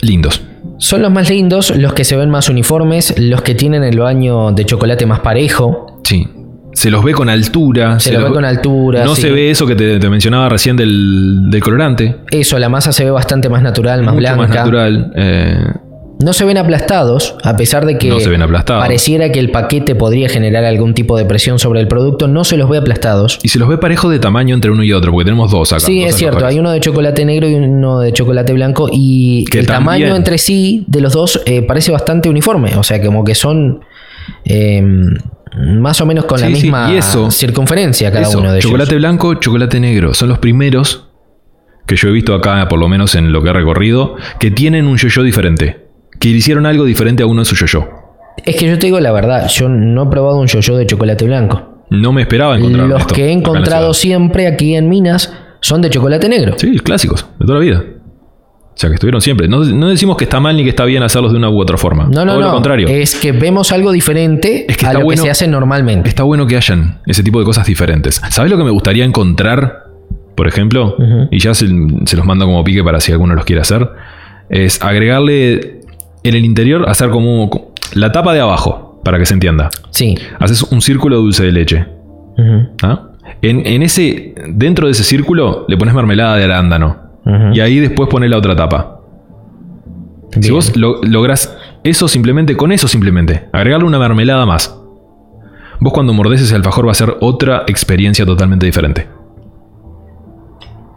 Speaker 3: lindos.
Speaker 1: Son los más lindos, los que se ven más uniformes, los que tienen el baño de chocolate más parejo.
Speaker 3: Sí. Se los ve con altura.
Speaker 1: Se, los ve con altura.
Speaker 3: No
Speaker 1: sí.
Speaker 3: se ve eso que te, te mencionaba recién del, del colorante.
Speaker 1: Eso, la masa se ve bastante más natural, más
Speaker 3: Mucho
Speaker 1: blanca.
Speaker 3: más natural. eh,
Speaker 1: No se ven aplastados, a pesar de que
Speaker 3: No se ven aplastados.
Speaker 1: pareciera que el paquete podría generar algún tipo de presión sobre el producto, no se los ve aplastados.
Speaker 3: y se los ve parejo de tamaño entre uno y otro, porque tenemos dos acá.
Speaker 1: Sí,
Speaker 3: dos
Speaker 1: es cierto,
Speaker 3: alfajores.
Speaker 1: hay uno de chocolate negro y uno de chocolate blanco y
Speaker 3: Que
Speaker 1: el
Speaker 3: también-
Speaker 1: tamaño entre sí de los dos eh, parece bastante uniforme, o sea, como que son eh, más o menos con la
Speaker 3: Sí, sí,
Speaker 1: misma
Speaker 3: y eso-
Speaker 1: circunferencia cada
Speaker 3: Eso,
Speaker 1: uno de ellos.
Speaker 3: chocolate blanco, chocolate negro. Son los primeros que yo he visto acá, por lo menos en lo que he recorrido, que tienen un yo-yo diferente. Que hicieron algo diferente a uno de su yo-yo.
Speaker 1: Es que yo te digo la verdad, yo no he probado un yo-yo de chocolate blanco.
Speaker 3: No me esperaba encontrar
Speaker 1: Los
Speaker 3: esto
Speaker 1: que he
Speaker 3: acá en la
Speaker 1: encontrado
Speaker 3: ciudad.
Speaker 1: siempre aquí en Minas son de chocolate negro.
Speaker 3: Sí, clásicos, de toda la vida. O sea, que estuvieron siempre. No, no decimos que está mal ni que está bien hacerlos de una u otra forma.
Speaker 1: No, no, no.
Speaker 3: Todo
Speaker 1: Eh,
Speaker 3: lo contrario.
Speaker 1: Es que vemos algo diferente
Speaker 3: Es que
Speaker 1: a
Speaker 3: está
Speaker 1: lo
Speaker 3: bueno-
Speaker 1: que se hace normalmente.
Speaker 3: Está bueno que hayan ese tipo de cosas diferentes. ¿Sabes lo que me gustaría encontrar, por ejemplo? Y ya se, se los mando como pique para si alguno los quiere hacer. Es agregarle en el interior, hacer como la tapa de abajo, para que se entienda.
Speaker 1: Sí.
Speaker 3: Haces un círculo de dulce de leche.
Speaker 1: Ujú,
Speaker 3: ¿ah? En, en ese, dentro de ese círculo le pones mermelada de arándano.
Speaker 1: ujú.
Speaker 3: Y ahí después pones la otra tapa. Si
Speaker 1: Bien.
Speaker 3: vos lo- lográs eso simplemente, con eso simplemente, agregarle una mermelada más. Vos cuando mordés ese alfajor va a ser otra experiencia totalmente diferente.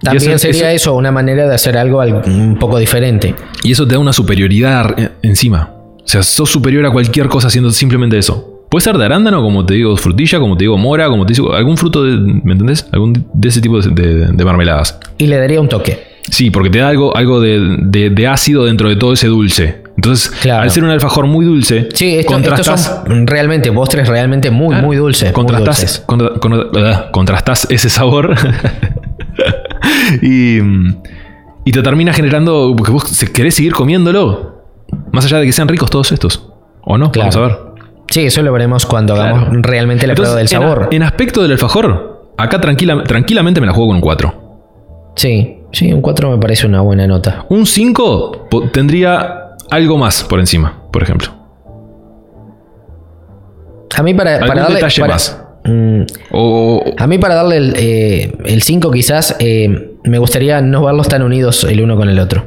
Speaker 1: También
Speaker 3: y eso-
Speaker 1: sería eso, una manera de hacer algo al- un poco diferente.
Speaker 3: Y eso te da una superioridad ar- eh, encima. O sea, sos superior a cualquier cosa haciendo simplemente eso. Puede ser de arándano, como te digo, frutilla, como te digo, mora, como te digo, algún fruto, de, ¿me entendés? Algún de ese tipo de, de- de mermeladas.
Speaker 1: Y le daría un toque.
Speaker 3: Sí, porque te da algo, algo de, de- de ácido dentro de todo ese dulce. Entonces,
Speaker 1: Claro.
Speaker 3: al ser un alfajor muy dulce,
Speaker 1: Sí, esto-
Speaker 3: contrastás-
Speaker 1: estos son realmente postres realmente muy,
Speaker 3: Claro.
Speaker 1: muy dulces. muy
Speaker 3: Contrastás,
Speaker 1: dulces.
Speaker 3: contra- contra- ah, contrastás ese sabor (laughs) y, mm, y te termina generando que vos se- querés seguir comiéndolo. Más allá de que sean ricos todos estos. ¿O no?
Speaker 1: Claro. Este
Speaker 3: Vamos a ver.
Speaker 1: Sí, eso lo veremos cuando hagamos
Speaker 3: Claro.
Speaker 1: realmente la prueba del
Speaker 3: Entonces, en a-
Speaker 1: sabor.
Speaker 3: En, aspecto del alfajor, acá tranquila- tranquilamente me la juego con un 4.
Speaker 1: Sí, sí, un 4 me parece una buena nota.
Speaker 3: Un 5 po- tendría algo más por encima, por ejemplo.
Speaker 1: A mí para,
Speaker 3: Algún
Speaker 1: para darle...
Speaker 3: detalle
Speaker 1: para-
Speaker 3: más.
Speaker 1: Mm,
Speaker 3: O, o-
Speaker 1: a mí para darle el 5 quizás eh, me gustaría no verlos tan unidos el uno con el otro.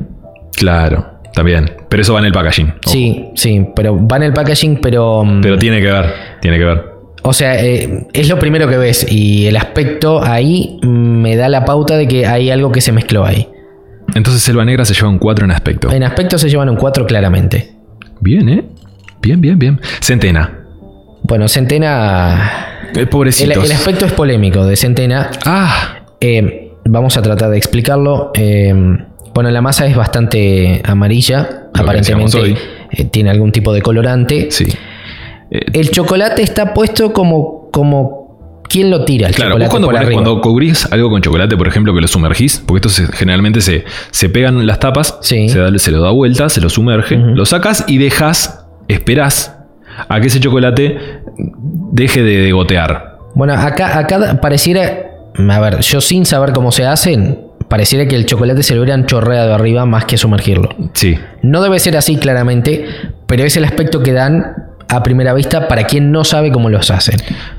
Speaker 3: claro, también. Pero eso va en el packaging. ojo.
Speaker 1: Sí, sí, pero va en el packaging, pero. mm,
Speaker 3: Pero tiene que ver, tiene que ver.
Speaker 1: o sea, eh, es lo primero que ves y el aspecto ahí mm, me da la pauta de que hay algo que se mezcló ahí.
Speaker 3: Entonces Selva Negra se lleva un 4 en aspecto.
Speaker 1: En aspecto se llevan un 4 claramente.
Speaker 3: Bien, ¿eh? Bien, bien, bien. Centena.
Speaker 1: Bueno, Centena.
Speaker 3: Eh,
Speaker 1: El,
Speaker 3: pobrecitos.
Speaker 1: el aspecto es polémico de Centena.
Speaker 3: Ah,
Speaker 1: Eh, vamos a tratar de explicarlo. Eh, bueno, la masa es bastante amarilla.
Speaker 3: que
Speaker 1: aparentemente
Speaker 3: decíamos
Speaker 1: eh, tiene algún tipo de colorante.
Speaker 3: sí. Eh,
Speaker 1: El chocolate está puesto como. como ¿Quién lo tira el
Speaker 3: claro, vos
Speaker 1: chocolate?
Speaker 3: cuando,
Speaker 1: por
Speaker 3: ponés-
Speaker 1: arriba?
Speaker 3: cuando cubrís algo con chocolate, por ejemplo, que lo sumergís, porque esto se- generalmente se, se pegan las tapas,
Speaker 1: Sí.
Speaker 3: se, da- se lo da vuelta, se lo sumerge, lo sacas y dejas, esperás a que ese chocolate deje de, de gotear.
Speaker 1: Bueno, acá, acá pareciera. A ver, yo sin saber cómo se hacen, pareciera que el chocolate se lo hubieran chorreado arriba más que sumergirlo.
Speaker 3: Sí.
Speaker 1: No debe ser así claramente, pero es el aspecto que dan a primera vista para quien no sabe cómo los hacen.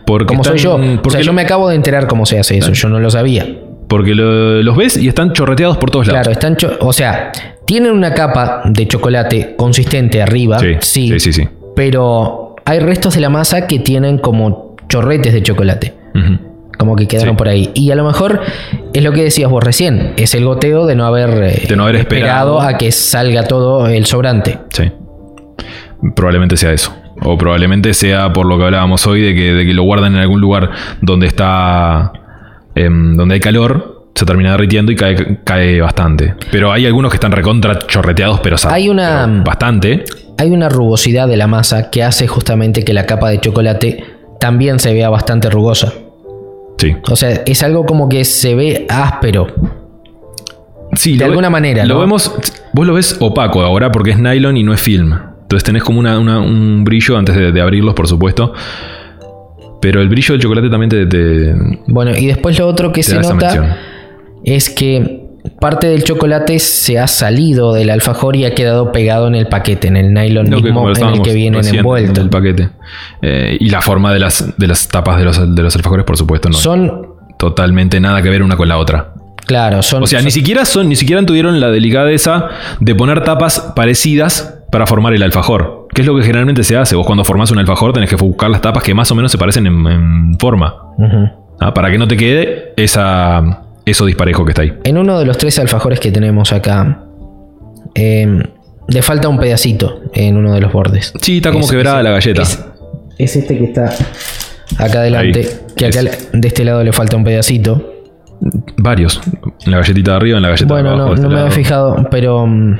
Speaker 3: Porque
Speaker 1: Como soy yo.
Speaker 3: están-
Speaker 1: O
Speaker 3: Porque,
Speaker 1: sea, yo me acabo de enterar cómo se hace eso, yo no lo sabía.
Speaker 3: porque lo- los ves y están chorreteados por todos lados.
Speaker 1: Claro, están. cho- O sea, tienen una capa de chocolate consistente arriba. Sí,
Speaker 3: sí, sí, sí. sí.
Speaker 1: Pero hay restos de la masa que tienen como chorretes de chocolate.
Speaker 3: Ujú.
Speaker 1: Como que quedaron
Speaker 3: Sí.
Speaker 1: por ahí. Y a lo mejor es lo que decías vos recién, es el goteo de no haber, eh,
Speaker 3: De no haber esperado.
Speaker 1: a que salga todo el sobrante.
Speaker 3: Sí. Probablemente sea eso. O probablemente sea por lo que hablábamos hoy de que, de que lo guardan en algún lugar donde está. em, donde hay calor, se termina derritiendo y cae, cae bastante. Pero hay algunos que están recontra chorreteados, pero sa-
Speaker 1: Hay una-
Speaker 3: pero Bastante.
Speaker 1: Hay una rugosidad de la masa que hace justamente que la capa de chocolate también se vea bastante rugosa.
Speaker 3: Sí.
Speaker 1: O sea, es algo como que se ve áspero.
Speaker 3: Sí,
Speaker 1: De
Speaker 3: lo ve-
Speaker 1: alguna manera,
Speaker 3: Lo
Speaker 1: ¿no?
Speaker 3: vemos. Vos lo ves opaco ahora porque es nylon y no es film. Entonces tenés como una- una- un brillo antes de, de abrirlos, por supuesto. Pero el brillo del chocolate también te, te- te
Speaker 1: Bueno, y después lo otro que se
Speaker 3: da esa
Speaker 1: nota
Speaker 3: mención.
Speaker 1: es que parte del chocolate se ha salido del alfajor y ha quedado pegado en el paquete, en el nylon
Speaker 3: Lo que
Speaker 1: mismo en el
Speaker 3: conversábamos
Speaker 1: que vienen
Speaker 3: recién,
Speaker 1: envueltos.
Speaker 3: El paquete. Eh, y la forma de las, de las tapas de los, de los alfajores, por supuesto, no.
Speaker 1: Son,
Speaker 3: Totalmente nada que ver una con la otra.
Speaker 1: claro, son.
Speaker 3: O sea, ni siquiera son, ni siquiera tuvieron la delicadeza de poner tapas parecidas para formar el alfajor. Que es lo que generalmente se hace. Vos cuando formás un alfajor tenés que buscar las tapas que más o menos se parecen en, en forma.
Speaker 1: Ujú.
Speaker 3: ¿ah? Para que no te quede esa, eso disparejo que está ahí.
Speaker 1: En uno de los tres alfajores que tenemos acá, eh, le falta un pedacito en uno de los bordes.
Speaker 3: Sí, está como
Speaker 1: Es-
Speaker 3: quebrada
Speaker 1: es-
Speaker 3: la galleta.
Speaker 1: Es, es este que está acá adelante,
Speaker 3: Ahí.
Speaker 1: que acá
Speaker 3: Es.
Speaker 1: de este lado le falta un pedacito.
Speaker 3: Varios. En la galletita de arriba, en la galletita de
Speaker 1: Bueno,
Speaker 3: abajo.
Speaker 1: no,
Speaker 3: de este
Speaker 1: no me
Speaker 3: lado.
Speaker 1: había fijado, pero mm,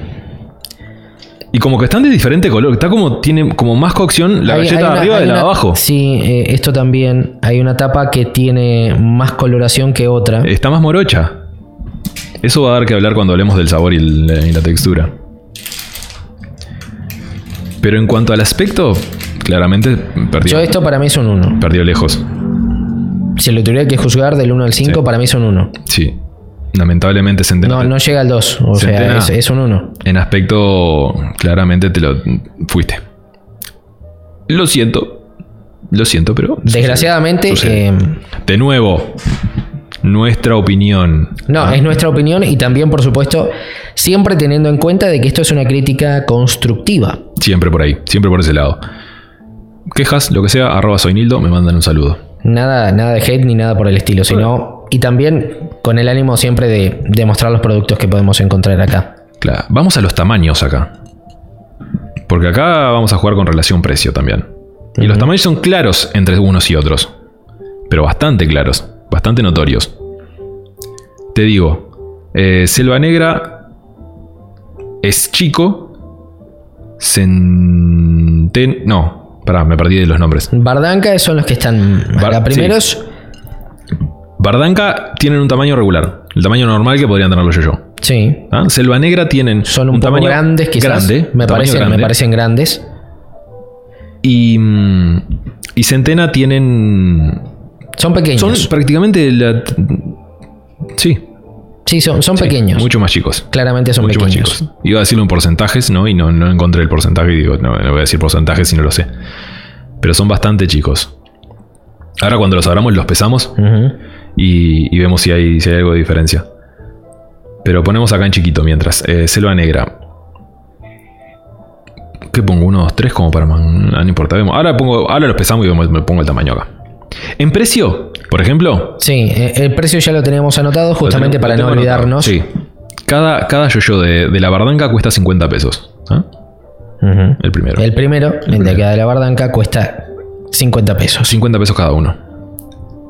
Speaker 3: Y como que están de diferente color. Está como, tiene como más cocción la
Speaker 1: hay-
Speaker 3: galleta
Speaker 1: hay
Speaker 3: de
Speaker 1: una-
Speaker 3: arriba
Speaker 1: hay
Speaker 3: de la de
Speaker 1: una-
Speaker 3: abajo.
Speaker 1: Sí, eh, esto también. Hay una tapa que tiene más coloración que otra.
Speaker 3: Está más morocha. Eso va a dar que hablar cuando hablemos del sabor y, el- y la textura. Pero en cuanto al aspecto, claramente perdió,
Speaker 1: Yo esto para mí es un 1.
Speaker 3: perdió lejos.
Speaker 1: Si lo tuviera que juzgar del 1 al 5,
Speaker 3: Sí.
Speaker 1: para mí es un 1.
Speaker 3: Sí. Lamentablemente Centena.
Speaker 1: No, no llega al 2. O sea,
Speaker 3: Centena.
Speaker 1: es, es un 1.
Speaker 3: En aspecto, claramente te lo fuiste. Lo siento. Lo siento, pero. sucede.
Speaker 1: Desgraciadamente,
Speaker 3: Sucede.
Speaker 1: eh,
Speaker 3: De nuevo, nuestra opinión.
Speaker 1: no, es nuestra opinión y también, por supuesto, siempre teniendo en cuenta de que esto es una crítica constructiva.
Speaker 3: Siempre por ahí, siempre por ese lado. Quejas, lo que sea, arroba soy Nildo, me mandan un saludo.
Speaker 1: Nada, nada de hate ni nada por el estilo, sino. Y también con el ánimo siempre de, de mostrar los productos que podemos encontrar acá.
Speaker 3: Claro, vamos a los tamaños acá. Porque acá vamos a jugar con relación precio también. Y los tamaños son claros entre unos y otros. Pero bastante claros, bastante notorios. Te digo, eh, Selva Negra es chico. Centen... No, pará, me perdí de los nombres.
Speaker 1: Bardanca son los que están
Speaker 3: Bar-
Speaker 1: acá
Speaker 3: sí.
Speaker 1: primeros.
Speaker 3: Bardanca tienen un tamaño regular. El tamaño normal que podrían tenerlo yo. yo.
Speaker 1: Sí.
Speaker 3: ¿Ah? Selva Negra tienen
Speaker 1: Son un, poco
Speaker 3: tamaño
Speaker 1: grandes, quizás.
Speaker 3: grande,
Speaker 1: me,
Speaker 3: tamaño
Speaker 1: parecen, me
Speaker 3: grande.
Speaker 1: parecen grandes.
Speaker 3: Y, mm, y Centena tienen.
Speaker 1: Son pequeños.
Speaker 3: Son prácticamente la. Sí.
Speaker 1: sí, son, son
Speaker 3: sí,
Speaker 1: pequeños.
Speaker 3: Mucho más chicos.
Speaker 1: Claramente son
Speaker 3: mucho
Speaker 1: pequeños.
Speaker 3: más chicos. Iba a decirlo en porcentajes, ¿no? Y no, no encontré el porcentaje y digo, no, no voy a decir porcentajes si no lo sé. Pero son bastante chicos. Ahora cuando los abramos, los pesamos
Speaker 1: Ujú.
Speaker 3: y, y vemos si hay, si hay algo de diferencia. Pero ponemos acá en chiquito mientras. Eh, selva negra. ¿Qué pongo? ¿Uno, dos, tres? Como para... man- No importa, vemos. Ahora, pongo, ahora los pesamos y vemos- me pongo el tamaño acá. En precio, por ejemplo...
Speaker 1: Sí, eh, el precio ya lo teníamos anotado justamente
Speaker 3: lo tenemos-
Speaker 1: para
Speaker 3: lo
Speaker 1: no
Speaker 3: tengo anotado.
Speaker 1: olvidarnos.
Speaker 3: Sí. Cada, cada yo-yo de, de la bardanca cuesta 50 pesos. ¿ah?
Speaker 1: Ujú.
Speaker 3: El primero.
Speaker 1: El primero, el, de
Speaker 3: primero.
Speaker 1: acá de la Bardanca, cuesta 50 pesos.
Speaker 3: 50 pesos cada uno.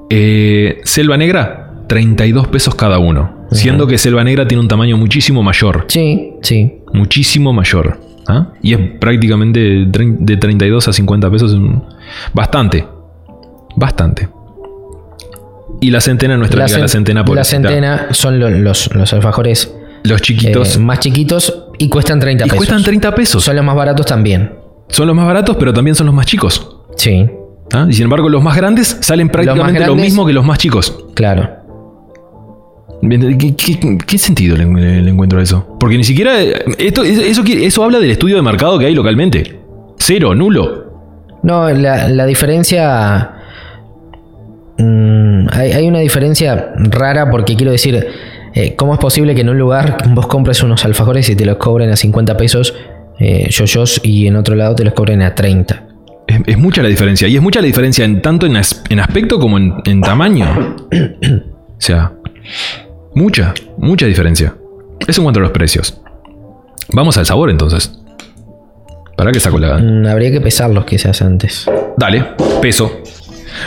Speaker 3: Eh, selva negra, 32 pesos cada uno. Siendo que selva negra tiene un tamaño muchísimo mayor.
Speaker 1: Sí, sí.
Speaker 3: muchísimo mayor. ¿ah? Y es prácticamente de trein- de 32 a 50 pesos. un- Bastante. Bastante. Y la centena, nuestra amiga, la
Speaker 1: cen-
Speaker 3: centena,
Speaker 1: la
Speaker 3: pobrecita.
Speaker 1: centena son lo- los, los alfajores
Speaker 3: Los
Speaker 1: eh,
Speaker 3: chiquitos.
Speaker 1: más chiquitos y cuestan 30
Speaker 3: y
Speaker 1: pesos.
Speaker 3: cuestan 30 pesos.
Speaker 1: Son los más baratos también.
Speaker 3: Son los más baratos, pero también son los más chicos.
Speaker 1: Sí,
Speaker 3: ¿ah? Y sin embargo, los más grandes salen prácticamente lo
Speaker 1: grandes-
Speaker 3: mismo que los más chicos.
Speaker 1: claro.
Speaker 3: ¿Qué, qué- qué sentido le, le encuentro a eso? Porque ni siquiera. eh, Esto, eso, eso habla del estudio de mercado que hay localmente. Cero, nulo.
Speaker 1: No, la, la diferencia. mm, hay, hay una diferencia rara porque quiero decir, eh, ¿cómo es posible que en un lugar vos compres unos alfajores y te los cobren a 50 pesos, eh, yoyos, y en otro lado te los cobren a 30?
Speaker 3: Es, es mucha la diferencia. Y es mucha la diferencia en tanto en, as- en aspecto como en, en tamaño. O sea, mucha, mucha diferencia. Eso en cuanto a los precios. Vamos al sabor entonces. ¿Para qué saco la.?
Speaker 1: Mm, habría que pesarlos quizás antes.
Speaker 3: Dale, peso.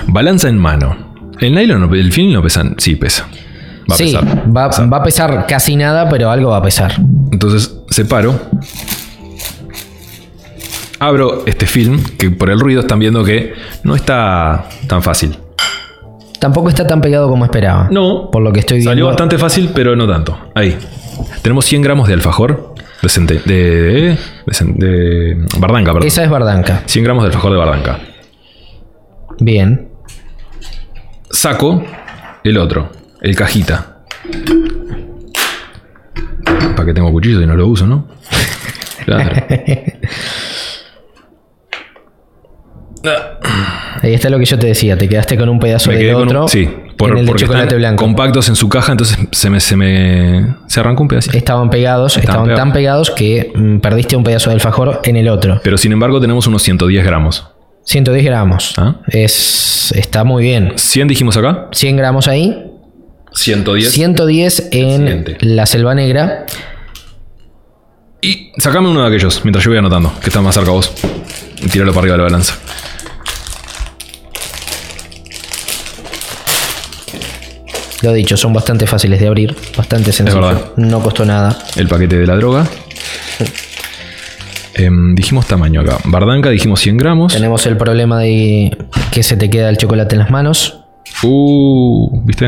Speaker 3: Balanza en mano. El nylon, no pe- el film no pesa. Sí, pesa. Va a
Speaker 1: sí,
Speaker 3: pesar.
Speaker 1: va, va a pesar casi nada, pero algo va a pesar.
Speaker 3: Entonces separo. Abro este film, que por el ruido están viendo que no está tan fácil.
Speaker 1: Tampoco está tan pegado como esperaba.
Speaker 3: No.
Speaker 1: Por lo que estoy
Speaker 3: Salió
Speaker 1: viendo.
Speaker 3: bastante fácil, pero no tanto. Ahí. Tenemos 100 gramos de alfajor. De, cente- de, de, de- bardanca, perdón.
Speaker 1: Esa es Bardanca.
Speaker 3: 100 gramos de alfajor de bardanca.
Speaker 1: Bien.
Speaker 3: Saco el otro, el cajita. que tengo cuchillo y no lo
Speaker 1: (laughs)
Speaker 3: uso, ¿no? Claro.
Speaker 1: Ahí está lo que yo te decía, te quedaste con un pedazo
Speaker 3: Me
Speaker 1: del
Speaker 3: quedé con
Speaker 1: otro.
Speaker 3: un, sí, por-
Speaker 1: en el de
Speaker 3: porque
Speaker 1: chocolate
Speaker 3: están
Speaker 1: blanco.
Speaker 3: compactos en su caja, entonces se me, se me se arrancó un pedacito.
Speaker 1: Estaban pegados, estaban,
Speaker 3: Estaban
Speaker 1: tan pegados que mm, perdiste un pedazo del alfajor en el otro.
Speaker 3: Pero sin embargo tenemos unos 110 gramos.
Speaker 1: 110 gramos.
Speaker 3: Ah.
Speaker 1: Es, está muy bien.
Speaker 3: 100 dijimos acá.
Speaker 1: 100 gramos ahí,
Speaker 3: 110.
Speaker 1: 110 en
Speaker 3: Siguiente.
Speaker 1: la selva negra.
Speaker 3: Y sacame uno de aquellos mientras yo voy anotando, que está más cerca a vos. Y tíralo para arriba de la balanza.
Speaker 1: Lo dicho, son bastante fáciles de abrir, bastante sencillos.
Speaker 3: verdad.
Speaker 1: No costó nada.
Speaker 3: El paquete de la droga. Em, dijimos tamaño acá. Bardanca dijimos 100 gramos.
Speaker 1: Tenemos el problema de que se te queda el chocolate en las manos.
Speaker 3: Uh, ¿viste?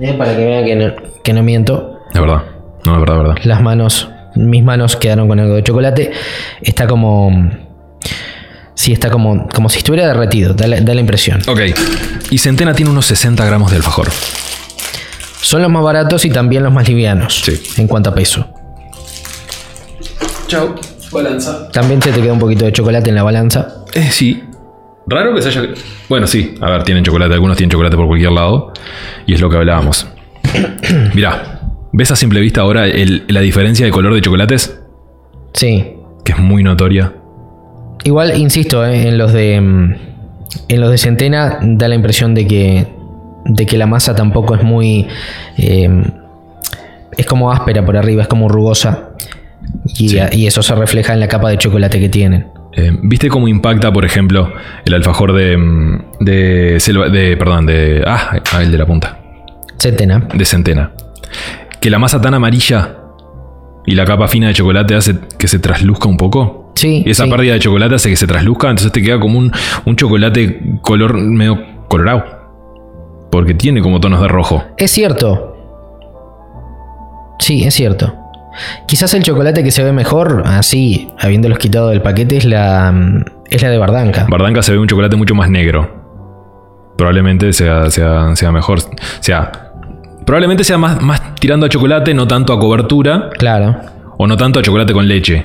Speaker 1: Eh, para que vean que no, que no miento.
Speaker 3: Es verdad. No, es verdad, es verdad.
Speaker 1: Las manos, mis manos quedaron con algo de chocolate. Está como. Sí, está como, como si estuviera derretido, da la, da la impresión.
Speaker 3: Ok. Y Centena tiene unos 60 gramos de alfajor.
Speaker 1: Son los más baratos y también los más livianos
Speaker 3: Sí.
Speaker 1: en cuanto a peso.
Speaker 3: Chao. Balanza.
Speaker 1: También se te queda un poquito de chocolate en la balanza.
Speaker 3: Eh, sí. Raro que se haya. Bueno, sí. A ver, tienen chocolate. Algunos tienen chocolate por cualquier lado. Y es lo que hablábamos. (coughs) Mirá. ¿Ves a simple vista ahora el- la diferencia de color de chocolates?
Speaker 1: Sí.
Speaker 3: Que es muy notoria.
Speaker 1: Igual, insisto, eh, en los de. mm, En los de centena da la impresión de que. de que la masa tampoco es muy. eh, es como áspera por arriba, es como rugosa. Y,
Speaker 3: Sí.
Speaker 1: y eso se refleja en la capa de chocolate que tienen.
Speaker 3: Eh, ¿Viste cómo impacta, por ejemplo, el alfajor de. mm, de. selva- de perdón, de. Ah, ah, el de la punta.
Speaker 1: Centena.
Speaker 3: de centena. Que la masa tan amarilla y la capa fina de chocolate hace que se trasluzca un poco.
Speaker 1: Sí.
Speaker 3: Y esa
Speaker 1: sí.
Speaker 3: pérdida de chocolate hace que se trasluzca, entonces te queda como un, un chocolate color medio colorado. Porque tiene como tonos de rojo.
Speaker 1: Es cierto. Sí, es cierto. Quizás el chocolate que se ve mejor, así, habiéndolos quitado del paquete, es la, mm, es la de Bardanca.
Speaker 3: Bardanca se ve un chocolate mucho más negro. Probablemente sea, sea, sea mejor. O sea, probablemente sea más, más tirando a chocolate, no tanto a cobertura.
Speaker 1: claro.
Speaker 3: O no tanto a chocolate con leche.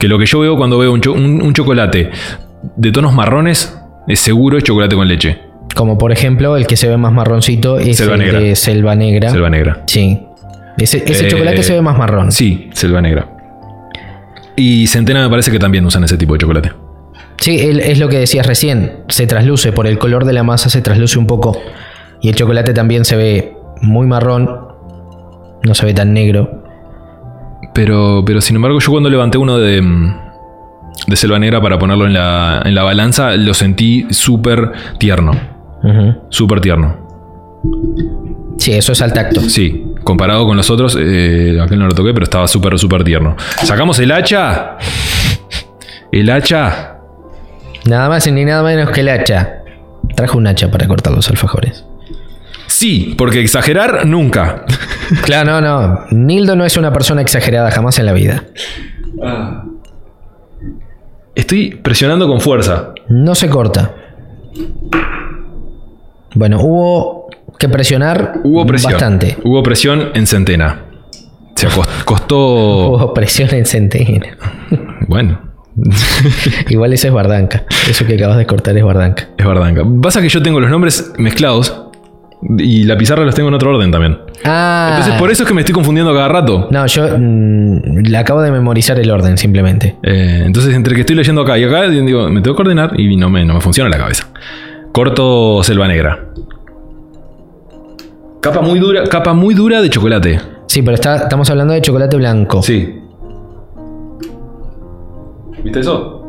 Speaker 3: Que lo que yo veo cuando veo un, cho- un- un chocolate de tonos marrones, es seguro es chocolate con leche.
Speaker 1: Como por ejemplo, el que se ve más marroncito es
Speaker 3: Selva
Speaker 1: el
Speaker 3: Negra.
Speaker 1: de Selva Negra.
Speaker 3: Selva negra.
Speaker 1: Sí. Ese, ese
Speaker 3: Eh,
Speaker 1: chocolate se ve más marrón.
Speaker 3: Sí, selva negra. Y Centena me parece que también usan ese tipo de chocolate.
Speaker 1: Sí, el- es lo que decías recién. Se trasluce, por el color de la masa se trasluce un poco. Y el chocolate también se ve muy marrón. No se ve tan negro.
Speaker 3: Pero, pero sin embargo, yo cuando levanté uno de, mm, de selva negra para ponerlo en la, en la balanza, lo sentí súper tierno.
Speaker 1: Ujú.
Speaker 3: Súper tierno.
Speaker 1: Sí, eso es al tacto.
Speaker 3: Sí, comparado con los otros, eh, aquel no lo toqué, pero estaba súper, súper tierno. ¿Sacamos el hacha? El hacha.
Speaker 1: Nada más y ni nada menos que el hacha. Trajo un hacha para cortar los
Speaker 3: (laughs)
Speaker 1: alfajores.
Speaker 3: Sí, porque exagerar nunca.
Speaker 1: Claro, no, no. Nildo no es una persona exagerada jamás en la vida.
Speaker 3: Estoy presionando con fuerza.
Speaker 1: No se corta. Bueno, hubo que presionar
Speaker 3: Hubo presión.
Speaker 1: bastante.
Speaker 3: Hubo presión en centena. Se acos- costó.
Speaker 1: Hubo presión en centena.
Speaker 3: Bueno,
Speaker 1: (laughs) Igual esa es Bardanca. Eso que acabas de cortar es Bardanca.
Speaker 3: es bardanca. Pasa que yo tengo los nombres mezclados y la pizarra los tengo en otro orden también.
Speaker 1: Ah.
Speaker 3: Entonces, por eso es que me estoy confundiendo cada rato.
Speaker 1: No, yo mm, le acabo de memorizar el orden simplemente.
Speaker 3: Eh, entonces, entre que estoy leyendo acá y acá, digo, me tengo que ordenar y no me, no me funciona la cabeza. Corto selva negra. Capa muy dura, capa muy dura de chocolate.
Speaker 1: Sí, pero está- estamos hablando de chocolate blanco.
Speaker 3: Sí. ¿Viste eso?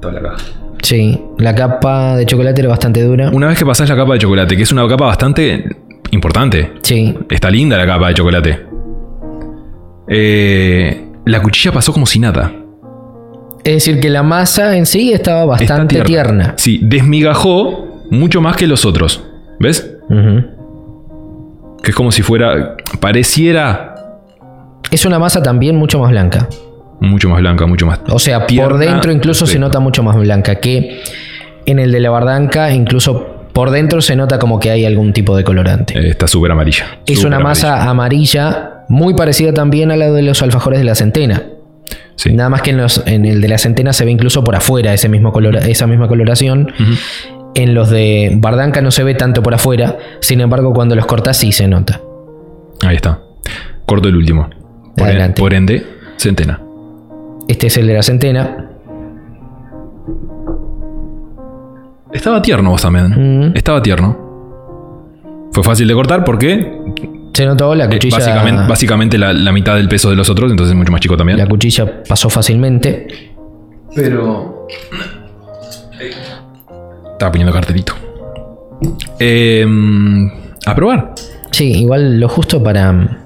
Speaker 3: Toda la caja.
Speaker 1: Sí, La capa de chocolate era bastante dura.
Speaker 3: Una vez que pasás la capa de chocolate, que es una capa bastante importante.
Speaker 1: Sí.
Speaker 3: Está linda la capa de chocolate. Eh, la cuchilla pasó como si nada.
Speaker 1: Es decir, que la masa en sí estaba
Speaker 3: Está
Speaker 1: bastante tierna.
Speaker 3: Sí, desmigajó mucho más que los otros. ¿Ves?
Speaker 1: Ujú.
Speaker 3: Que es como si fuera. Pareciera
Speaker 1: Es una masa también mucho más blanca.
Speaker 3: mucho más blanca, mucho más.
Speaker 1: O sea,
Speaker 3: Tierna,
Speaker 1: por dentro incluso se
Speaker 3: perfecto.
Speaker 1: nota mucho más blanca que en el de la bardanca, incluso Por dentro se nota como que hay algún tipo de colorante.
Speaker 3: Eh, Está súper amarilla.
Speaker 1: es
Speaker 3: Súper
Speaker 1: una masa amarilla muy parecida también a la de los alfajores de la centena.
Speaker 3: amarilla. Sí.
Speaker 1: Nada más que en, los, en el de la centena se ve incluso por afuera ese mismo color, esa misma coloración. En los de Bardanca no se ve tanto por afuera, sin embargo cuando los cortas sí se nota.
Speaker 3: Ahí está. Corto el último. Por, en-
Speaker 1: Adelante.
Speaker 3: por ende, centena.
Speaker 1: Este es el de la centena.
Speaker 3: Estaba tierno vos también.
Speaker 1: Mm.
Speaker 3: Estaba tierno. Fue fácil de cortar porque
Speaker 1: Se notó la
Speaker 3: eh,
Speaker 1: cuchilla.
Speaker 3: básicamente, básicamente la, la mitad del peso de los otros, entonces es mucho más chico también.
Speaker 1: La cuchilla pasó fácilmente.
Speaker 3: Pero. Estaba poniendo cartelito. Eh, a probar.
Speaker 1: Sí, igual lo justo para,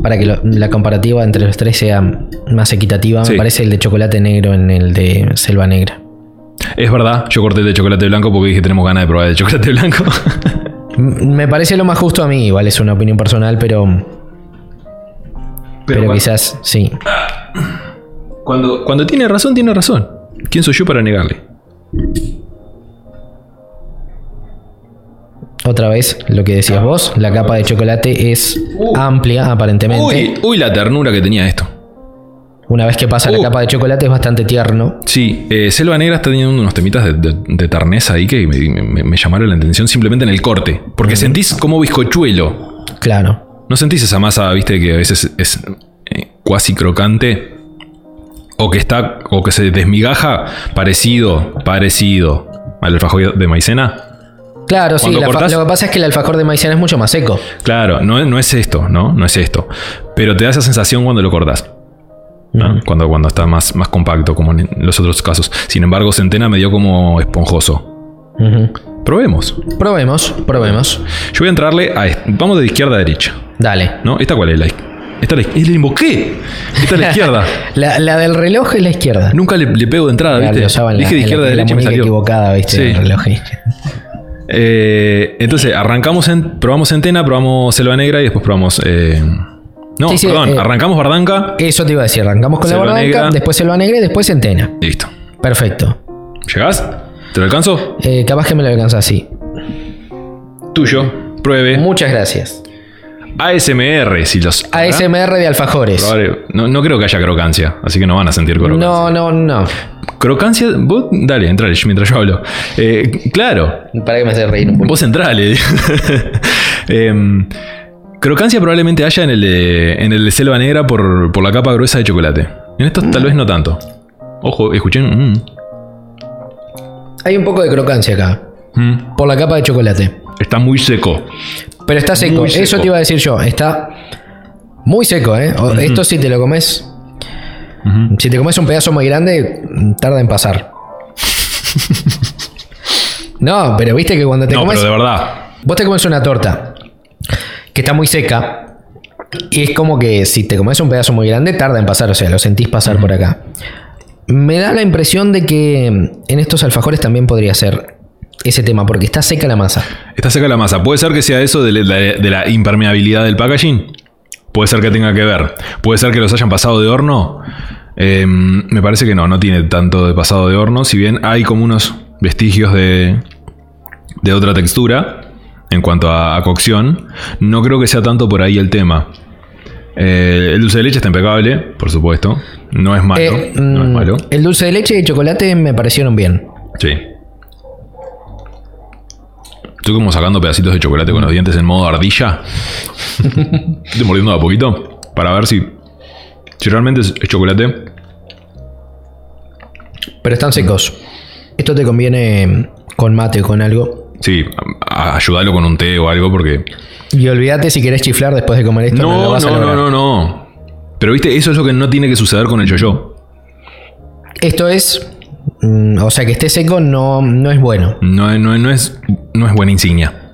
Speaker 1: para que lo- la comparativa entre los tres sea más equitativa.
Speaker 3: Sí.
Speaker 1: Me parece el de chocolate negro en el de selva negra.
Speaker 3: Es verdad, yo corté el de chocolate blanco porque dije tenemos ganas de probar el de chocolate blanco. (laughs)
Speaker 1: M- Me parece lo más justo a mí, igual es una opinión personal, pero, pero,
Speaker 3: cuando-
Speaker 1: quizás sí.
Speaker 3: cuando, cuando tiene razón, tiene razón. ¿Quién soy yo para negarle?
Speaker 1: Otra vez, lo que decías vos, la capa de chocolate es
Speaker 3: Uh.
Speaker 1: amplia aparentemente.
Speaker 3: Uy, uy, la ternura que tenía esto.
Speaker 1: Una vez que pasa
Speaker 3: Uh.
Speaker 1: la capa de chocolate es bastante tierno.
Speaker 3: Sí, eh, Selva Negra está teniendo unos temitas de, de- de terneza ahí que me, me- me llamaron la atención simplemente en el corte. Porque sentís como bizcochuelo.
Speaker 1: Claro.
Speaker 3: ¿No sentís esa masa, viste, que a veces es eh, cuasi crocante? O que está, o que se desmigaja parecido, parecido al alfajor de maicena.
Speaker 1: Claro, sí,
Speaker 3: Cuando
Speaker 1: la fa-
Speaker 3: cortás-
Speaker 1: lo que pasa es que el alfajor de maicena es mucho más seco.
Speaker 3: Claro, no, es- no es esto, ¿no? No es esto. Pero te da esa sensación cuando lo cortás. ¿no? Cuando, cuando está más, más compacto, como en los otros casos. Sin embargo, Centena me dio como esponjoso.
Speaker 1: Ujú.
Speaker 3: Probemos.
Speaker 1: Probemos, probemos.
Speaker 3: Yo voy a entrarle a. est- Vamos de izquierda a derecha.
Speaker 1: Dale.
Speaker 3: ¿No? ¿Esta cuál es? La, iz- esta la, iz- ¡Eh, la invoqué! Esta es la izquierda.
Speaker 1: La, la del reloj es la izquierda.
Speaker 3: Nunca le, le pego de entrada,
Speaker 1: La-
Speaker 3: Ah, ¿viste?
Speaker 1: lo usaba en la-
Speaker 3: Dije
Speaker 1: en
Speaker 3: de
Speaker 1: la-
Speaker 3: izquierda a
Speaker 1: en la
Speaker 3: derecha y me
Speaker 1: muñeca
Speaker 3: salió.
Speaker 1: equivocada, ¿viste?
Speaker 3: Sí.
Speaker 1: El reloj.
Speaker 3: Eh, entonces, arrancamos. En, probamos Centena, probamos Selva Negra y después probamos. eh, no,
Speaker 1: Sí, sí,
Speaker 3: perdón.
Speaker 1: eh,
Speaker 3: arrancamos Bardanca.
Speaker 1: (laughs) Eso te iba a decir, arrancamos con
Speaker 3: Selva
Speaker 1: la
Speaker 3: negra.
Speaker 1: barranca, después selva negra y después centena.
Speaker 3: Listo.
Speaker 1: Perfecto.
Speaker 3: ¿Llegás? ¿Te lo alcanzo?
Speaker 1: Eh, capaz que me lo alcanza así.
Speaker 3: Tuyo. Pruebe.
Speaker 1: Muchas gracias.
Speaker 3: ASMR, si los. habrá.
Speaker 1: ASMR de alfajores.
Speaker 3: Probable- No, no creo que haya crocancia, así que no van a sentir crocancia.
Speaker 1: No, no, no.
Speaker 3: Crocancia, vos, dale, entrale mientras yo hablo. Eh, claro,
Speaker 1: Para que me hace reír un poco.
Speaker 3: vos entrale. (laughs) Em, crocancia probablemente haya en el de, en el de Selva Negra por, por la capa gruesa de chocolate. En estos tal vez no tanto. Ojo, escuchen. mm,
Speaker 1: Hay un poco de crocancia acá.
Speaker 3: mm.
Speaker 1: Por la capa de chocolate.
Speaker 3: Está muy seco.
Speaker 1: Pero está seco.
Speaker 3: Muy seco.
Speaker 1: Eso te iba a decir yo. Está muy seco, ¿eh? O- Esto si te lo comes. Si te comes un pedazo muy grande, mm, tarda en
Speaker 3: (laughs)
Speaker 1: pasar. no, pero viste que cuando te
Speaker 3: No,
Speaker 1: comes.
Speaker 3: pero de verdad.
Speaker 1: Vos te comes una torta que está muy seca. Y es como que si te comes un pedazo muy grande, tarda en pasar, o sea, lo sentís pasar por acá. Me da la impresión de que en estos alfajores también podría ser ese tema, porque está seca la masa.
Speaker 3: Está seca la masa. Puede ser que sea eso de la, de la impermeabilidad del packaging. Puede ser que tenga que ver. Puede ser que los hayan pasado de horno. Em, me parece que no, no tiene tanto de pasado de horno. Si bien hay como unos vestigios de, de otra textura en cuanto a, a cocción, no creo que sea tanto por ahí el tema. Eh, el dulce de leche está impecable, por supuesto. No es malo.
Speaker 1: Eh,
Speaker 3: no es
Speaker 1: mm,
Speaker 3: malo.
Speaker 1: El dulce de leche y el chocolate me parecieron bien.
Speaker 3: Sí. Estoy como sacando pedacitos de chocolate con los dientes en modo
Speaker 1: (laughs)
Speaker 3: ardilla. Estoy mordiendo de a poquito para ver si, si realmente es es chocolate.
Speaker 1: Pero están secos. Esto te conviene mm, con mate o con algo.
Speaker 3: Sí, a- a- ayúdalo con un té o algo porque...
Speaker 1: Y olvídate si querés chiflar después de comer esto. lo
Speaker 3: No, no,
Speaker 1: vas a
Speaker 3: no, no,
Speaker 1: lograr.
Speaker 3: no, Pero viste, eso es lo que no tiene que suceder con el yo-yo.
Speaker 1: Esto es. mm, o sea, que esté seco no, no es bueno.
Speaker 3: No, es- no es- no es, no es buena insignia.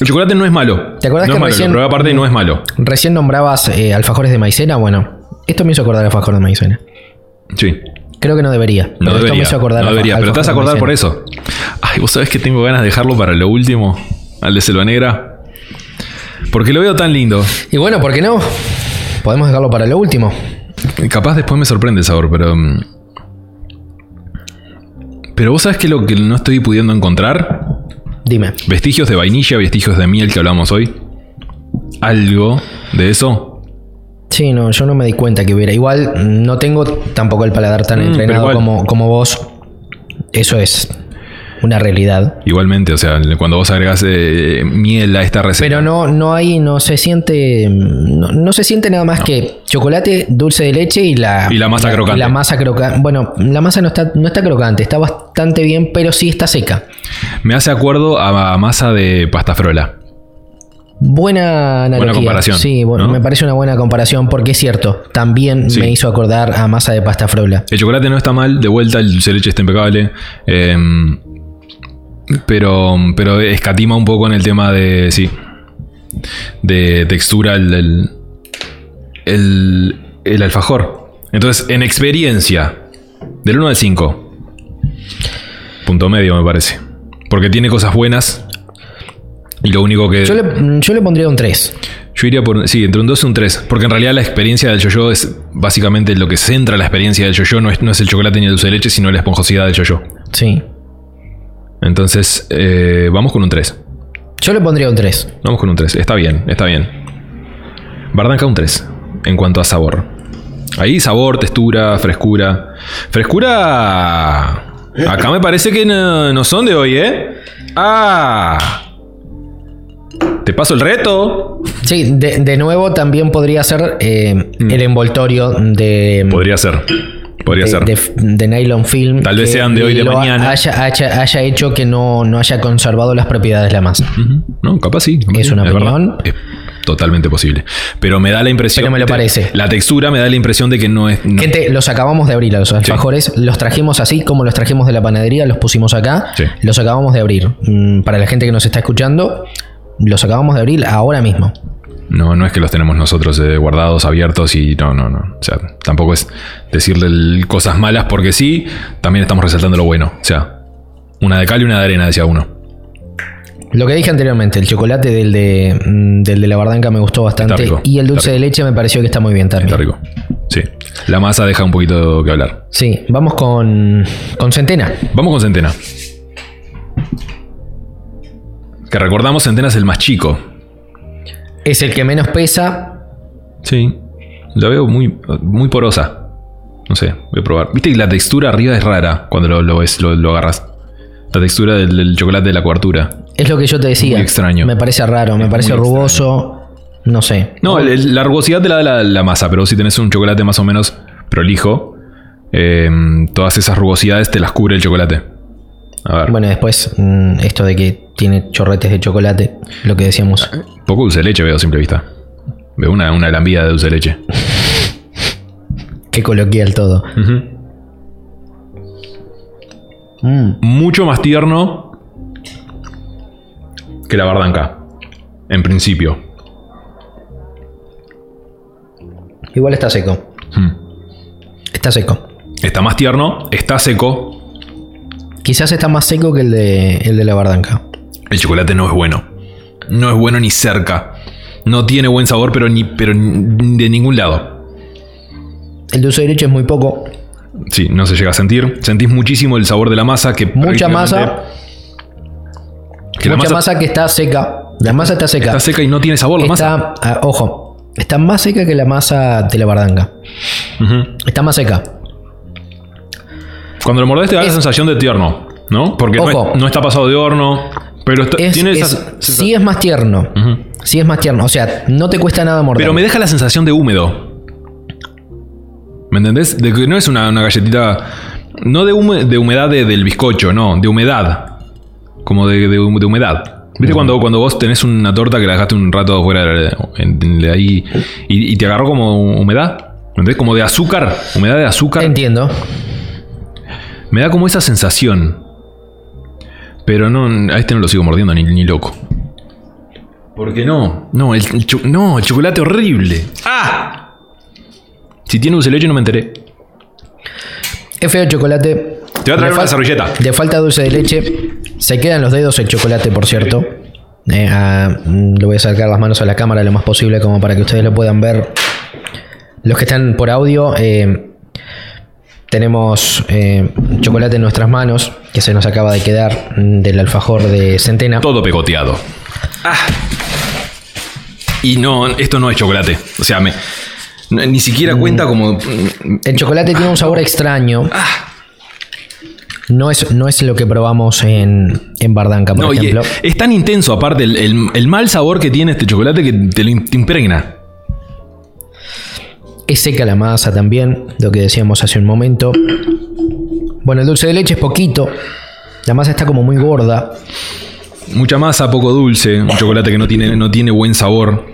Speaker 3: El chocolate no es malo.
Speaker 1: ¿Te acordás
Speaker 3: no
Speaker 1: que
Speaker 3: es malo,
Speaker 1: recién-
Speaker 3: lo probé aparte y no es malo.
Speaker 1: Recién nombrabas eh, alfajores de maicena. Bueno, esto me hizo acordar alfajor de maicena.
Speaker 3: Sí.
Speaker 1: Creo que no debería. pero
Speaker 3: No
Speaker 1: Esto me
Speaker 3: debería,
Speaker 1: hizo acordar
Speaker 3: no
Speaker 1: alfa-
Speaker 3: debería, pero te vas a
Speaker 1: alfajor de
Speaker 3: acordar por
Speaker 1: maicena.
Speaker 3: eso. Ay, vos sabés que tengo ganas de dejarlo para lo último, al de Selva Negra. Porque lo veo tan lindo.
Speaker 1: Y bueno, ¿por qué no? Podemos dejarlo para lo último.
Speaker 3: Capaz después me sorprende el sabor, pero... mm, Pero vos sabés que lo que no estoy pudiendo encontrar
Speaker 1: Dime.
Speaker 3: Vestigios de vainilla, vestigios de miel que hablamos hoy. ¿Algo de eso?
Speaker 1: Sí, no, yo no me di cuenta que hubiera. Igual mm, no tengo tampoco el paladar tan
Speaker 3: Mm, pero
Speaker 1: entrenado
Speaker 3: igual.
Speaker 1: como, como vos. Eso es una realidad.
Speaker 3: Igualmente, o sea, cuando vos agregás eh, miel a esta receta.
Speaker 1: Pero no, no hay, no se siente, mm, no, no se siente nada más que chocolate, dulce de leche y la,
Speaker 3: Y la masa crocante.
Speaker 1: la masa crocante. Bueno, la masa no está, no está crocante, está bastante bien, pero sí está seca.
Speaker 3: Me hace acuerdo a masa de pasta frola.
Speaker 1: Buena analogía.
Speaker 3: comparación,
Speaker 1: Sí, bu-
Speaker 3: ¿no?
Speaker 1: me parece una buena comparación porque es cierto, también
Speaker 3: Sí.
Speaker 1: me hizo acordar a masa de pasta frola.
Speaker 3: El chocolate no está mal, de vuelta, el dulce de leche está impecable. em, pero, pero escatima un poco en el tema de. Sí. De textura el, el, el- el alfajor. Entonces, en experiencia, del 1 al 5. Punto medio, me parece. Porque tiene cosas buenas. Y lo único que.
Speaker 1: Yo le, mm, yo le pondría un 3.
Speaker 3: Yo iría por. Sí, entre un 2 y un 3. Porque en realidad la experiencia del yo-yo es básicamente lo que centra la experiencia del yo-yo. No es, no es el chocolate ni el dulce de leche, sino la esponjosidad del yo-yo.
Speaker 1: Sí.
Speaker 3: Entonces, eh, vamos con un 3.
Speaker 1: Yo le pondría un 3.
Speaker 3: Vamos con un 3. Está bien, está bien. Bardanca un 3 en cuanto a sabor. Ahí sabor, textura, frescura. Frescura. Acá me parece que no, no son de hoy, ¿eh? ¡Ah! Te paso el reto.
Speaker 1: Sí, de, de nuevo también podría ser eh, el envoltorio de,
Speaker 3: Mm. Podría ser. Podría
Speaker 1: de,
Speaker 3: ser.
Speaker 1: de- de nylon film.
Speaker 3: Tal vez
Speaker 1: que
Speaker 3: sean de hoy de
Speaker 1: lo
Speaker 3: mañana.
Speaker 1: Haya, haya- haya hecho que no, no haya conservado las propiedades de la masa.
Speaker 3: Ujú. No, capaz sí. capaz
Speaker 1: Es
Speaker 3: sí,
Speaker 1: una
Speaker 3: verdad.
Speaker 1: opinión.
Speaker 3: Es totalmente posible. Pero me da la impresión.
Speaker 1: Pero me lo
Speaker 3: te-
Speaker 1: parece.
Speaker 3: La textura me da la impresión de que no es. no-
Speaker 1: Gente, los acabamos de abrir a los alfajores. Los trajimos así como los trajimos de la panadería, los pusimos acá.
Speaker 3: Sí.
Speaker 1: Los acabamos de abrir. Mm, Para la gente que nos está escuchando, los acabamos de abrir ahora mismo.
Speaker 3: No, no es que los tenemos nosotros eh, guardados, abiertos y no, no, no. O sea, tampoco es decirle el- cosas malas porque sí, también estamos resaltando lo bueno. O sea, una de cal y una de arena, decía uno.
Speaker 1: Lo que dije anteriormente, el chocolate del de, mm, del de la bardanca me gustó bastante.
Speaker 3: rico,
Speaker 1: y el
Speaker 3: está
Speaker 1: dulce de leche me pareció que está muy bien también.
Speaker 3: Está rico. Sí. La masa deja un poquito que hablar.
Speaker 1: Sí, vamos con, con Centena.
Speaker 3: Vamos con Centena. Que recordamos, Centena es el más chico.
Speaker 1: Es el que menos pesa.
Speaker 3: Sí. La veo muy, muy porosa. No sé, voy a probar. Viste que la textura arriba es rara cuando lo, lo ves, lo, lo agarras. La textura del, del chocolate de la cobertura.
Speaker 1: Es lo que yo te decía.
Speaker 3: Muy extraño.
Speaker 1: Me parece raro, me parece
Speaker 3: muy
Speaker 1: rugoso. No sé.
Speaker 3: No, el- el- la rugosidad te la da la, la masa, pero si tenés un chocolate más o menos prolijo, eh, todas esas rugosidades te las cubre el chocolate. A ver,
Speaker 1: Bueno, después mm, esto de que tiene chorretes de chocolate, lo que decíamos.
Speaker 3: poco dulce de leche veo a simple vista. Veo una, una lambida de dulce de leche.
Speaker 1: Qué coloquial todo. Mm,
Speaker 3: Mucho más tierno que la bardanca. En principio.
Speaker 1: Igual está seco.
Speaker 3: Mm.
Speaker 1: Está seco.
Speaker 3: Está más tierno, está seco,
Speaker 1: Quizás está más seco que el de, el de la bardanca.
Speaker 3: El chocolate no es bueno. No es bueno ni cerca. No tiene buen sabor, pero ni pero ni- de ningún lado.
Speaker 1: El dulce de leche es muy poco.
Speaker 3: Sí, no se llega a sentir. Sentís muchísimo el sabor de la masa que
Speaker 1: Mucha
Speaker 3: prácticamente-
Speaker 1: masa.
Speaker 3: que la
Speaker 1: mucha
Speaker 3: masa,
Speaker 1: masa, que está seca. La masa está seca.
Speaker 3: está seca y no tiene sabor la masa.
Speaker 1: Está- ah, ojo, está más seca que la masa de la bardanca.
Speaker 3: Ujú.
Speaker 1: Está más seca.
Speaker 3: Cuando lo mordés te da la
Speaker 1: Es-
Speaker 3: sensación de tierno, ¿no? Porque no,
Speaker 1: Ojo.
Speaker 3: es- no está pasado de horno, pero está-
Speaker 1: Es,
Speaker 3: tiene
Speaker 1: es-
Speaker 3: esa sensación.
Speaker 1: sí es más tierno.
Speaker 3: Ujú.
Speaker 1: Sí es más tierno. O sea, no te cuesta nada morder.
Speaker 3: Pero me deja la sensación de húmedo. ¿Me entendés? De que no es una, una galletita. No de, hume- de humedad de- del bizcocho, no, de humedad. Como de, de hum- de humedad. ¿Viste cuando, cuando vos tenés una torta que la dejaste un rato afuera de la- en- en- de ahí y, y te agarró como humedad? ¿Me entendés? Como de azúcar, humedad de azúcar.
Speaker 1: Entiendo.
Speaker 3: Me da como esa sensación. Pero no, a este no lo sigo mordiendo ni, ni loco. Porque no, no, el, el cho- no, el chocolate horrible. ¡Ah! Si tiene dulce de leche no me enteré.
Speaker 1: Es feo el chocolate.
Speaker 3: Te voy a traer
Speaker 1: Le
Speaker 3: una
Speaker 1: fal-
Speaker 3: servilleta.
Speaker 1: Le falta dulce de leche. Se quedan los dedos el chocolate, por cierto. Eh, ah, mm, le voy a sacar las manos a la cámara lo más posible como para que ustedes lo puedan ver. Los que están por audio. eh, Tenemos eh, chocolate en nuestras manos, que se nos acaba de quedar mm, del alfajor de centena.
Speaker 3: Todo pegoteado. Y no, esto no es chocolate. O sea, me, n- ni siquiera cuenta como.
Speaker 1: El chocolate tiene un sabor extraño. No es, no es lo que probamos en, en Bardanca, por
Speaker 3: No, y
Speaker 1: ejemplo.
Speaker 3: es, es tan intenso, aparte, el, el- el mal sabor que tiene este chocolate que te lo im- te impregna.
Speaker 1: Es seca la masa también, lo que decíamos hace un momento. Bueno, el dulce de leche es poquito. La masa está como muy gorda.
Speaker 3: Mucha masa, poco dulce, un chocolate que no tiene, no tiene buen sabor.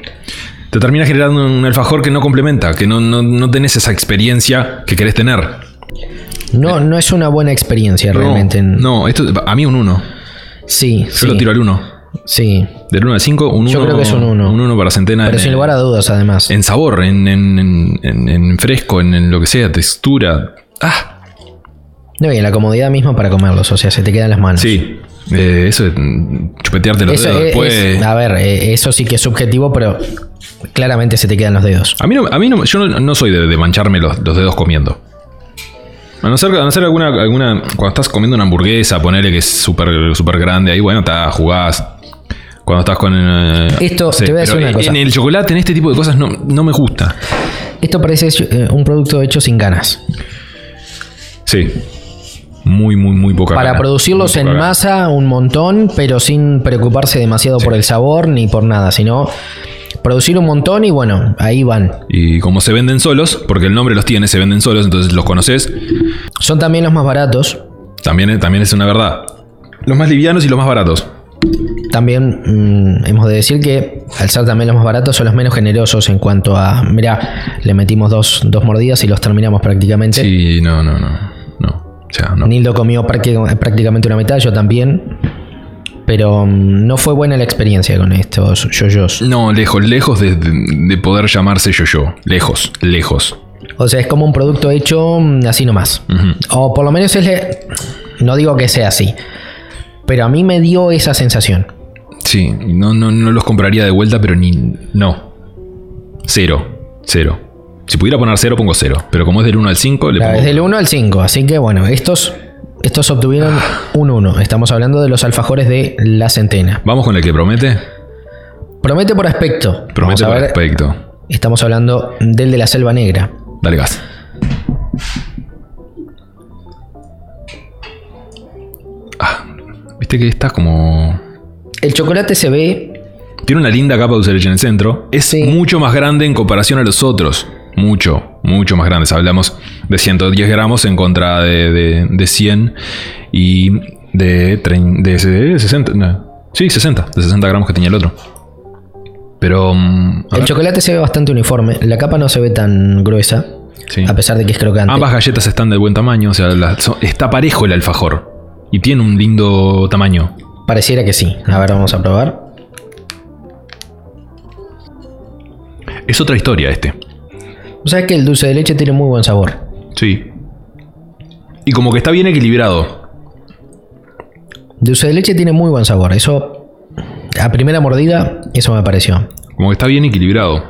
Speaker 3: Te termina generando un alfajor que no complementa, que no, no, no tenés esa experiencia que querés tener.
Speaker 1: No, no es una buena experiencia
Speaker 3: No,
Speaker 1: realmente.
Speaker 3: No, esto a mí un 1.
Speaker 1: Sí,
Speaker 3: Yo lo tiro al 1.
Speaker 1: Sí.
Speaker 3: Del 1 al 5, un 1.
Speaker 1: Yo creo que es un uno.
Speaker 3: Un 1 para centena.
Speaker 1: Pero
Speaker 3: en-
Speaker 1: sin lugar a dudas, además.
Speaker 3: En sabor, en, en- en- en- en fresco, en, en lo que sea, textura. Ah,
Speaker 1: No, y en la comodidad misma para comerlos, o sea, se te quedan las manos.
Speaker 3: sí. Eh, eso es mm, chupetearte los
Speaker 1: Eso
Speaker 3: dedos
Speaker 1: es-
Speaker 3: después.
Speaker 1: es- a ver, eh, eso sí que es subjetivo, pero claramente se te quedan los dedos.
Speaker 3: A mí no, a mí no- yo no, no soy de, de mancharme los, los dedos comiendo. A no ser, a no ser alguna, alguna. Cuando estás comiendo una hamburguesa, ponele que es súper súper grande, ahí bueno, está, jugás. Cuando estás con. eh,
Speaker 1: Esto,
Speaker 3: no sé,
Speaker 1: te voy a decir
Speaker 3: pero
Speaker 1: una
Speaker 3: en-
Speaker 1: cosa.
Speaker 3: En el chocolate, en este tipo de cosas, no, no me gusta.
Speaker 1: Esto parece eh, un producto hecho sin ganas.
Speaker 3: Sí. Muy, muy, muy poca.
Speaker 1: Para
Speaker 3: gana.
Speaker 1: producirlos
Speaker 3: Muy
Speaker 1: en
Speaker 3: poca gana.
Speaker 1: masa un montón, pero sin preocuparse demasiado por el sabor ni por nada, sino producir un montón y bueno, ahí van.
Speaker 3: Y como se venden solos, porque el nombre los tiene, se venden solos, entonces los conoces,
Speaker 1: Son también los más baratos.
Speaker 3: también, también es una verdad. Los más livianos y los más baratos.
Speaker 1: También mm, hemos de decir que al ser también los más baratos son los menos generosos en cuanto a, mira, le metimos dos, dos mordidas y los terminamos prácticamente.
Speaker 3: Sí, no, no, no. No. O sea, no.
Speaker 1: Nildo comió prácti- prácticamente una mitad, yo también. Pero mm, no fue buena la experiencia con estos yoyos.
Speaker 3: No, lejos, lejos de, de- de poder llamarse yo-yo. Lejos, lejos.
Speaker 1: O sea, es como un producto hecho mm, así nomás. O por lo menos es... le- No digo que sea así. Pero a mí me dio esa sensación.
Speaker 3: Sí, no, no, no los compraría de vuelta, pero ni. No. Cero. Cero. Si pudiera poner cero, pongo cero. Pero como es del 1 al 5, le
Speaker 1: Claro,
Speaker 3: pongo.
Speaker 1: es del 1 al 5. Así que bueno, estos, estos obtuvieron
Speaker 3: Ah.
Speaker 1: un 1. Estamos hablando de los alfajores de la centena.
Speaker 3: Vamos con el que promete.
Speaker 1: Promete por aspecto. Vamos
Speaker 3: Promete
Speaker 1: a
Speaker 3: por
Speaker 1: ver,
Speaker 3: aspecto.
Speaker 1: Estamos hablando del de la selva negra.
Speaker 3: Dale gas. Ah, viste que está como.
Speaker 1: El chocolate se ve
Speaker 3: Tiene una linda capa de dulce de leche en el centro. Es
Speaker 1: Sí.
Speaker 3: mucho más grande en comparación a los otros. Mucho, mucho más grandes. Hablamos de 110 gramos en contra de, de- de 100 y de, trein- de, de 60. no. Sí, 60. De 60 gramos que tenía el otro. Pero... mm, a
Speaker 1: El
Speaker 3: ver,
Speaker 1: chocolate se ve bastante uniforme, la capa no se ve tan gruesa,
Speaker 3: sí.
Speaker 1: a pesar de que es crocante.
Speaker 3: Ambas galletas están de buen tamaño. O sea, la- son- está parejo el alfajor. Y tiene un lindo tamaño.
Speaker 1: Pareciera que sí. A ver, vamos a probar.
Speaker 3: Es otra historia este.
Speaker 1: O sea que el dulce de leche tiene muy buen sabor.
Speaker 3: Sí. Y como que está bien equilibrado.
Speaker 1: Dulce de leche tiene muy buen sabor, eso a primera mordida, eso me pareció.
Speaker 3: Como que está bien equilibrado.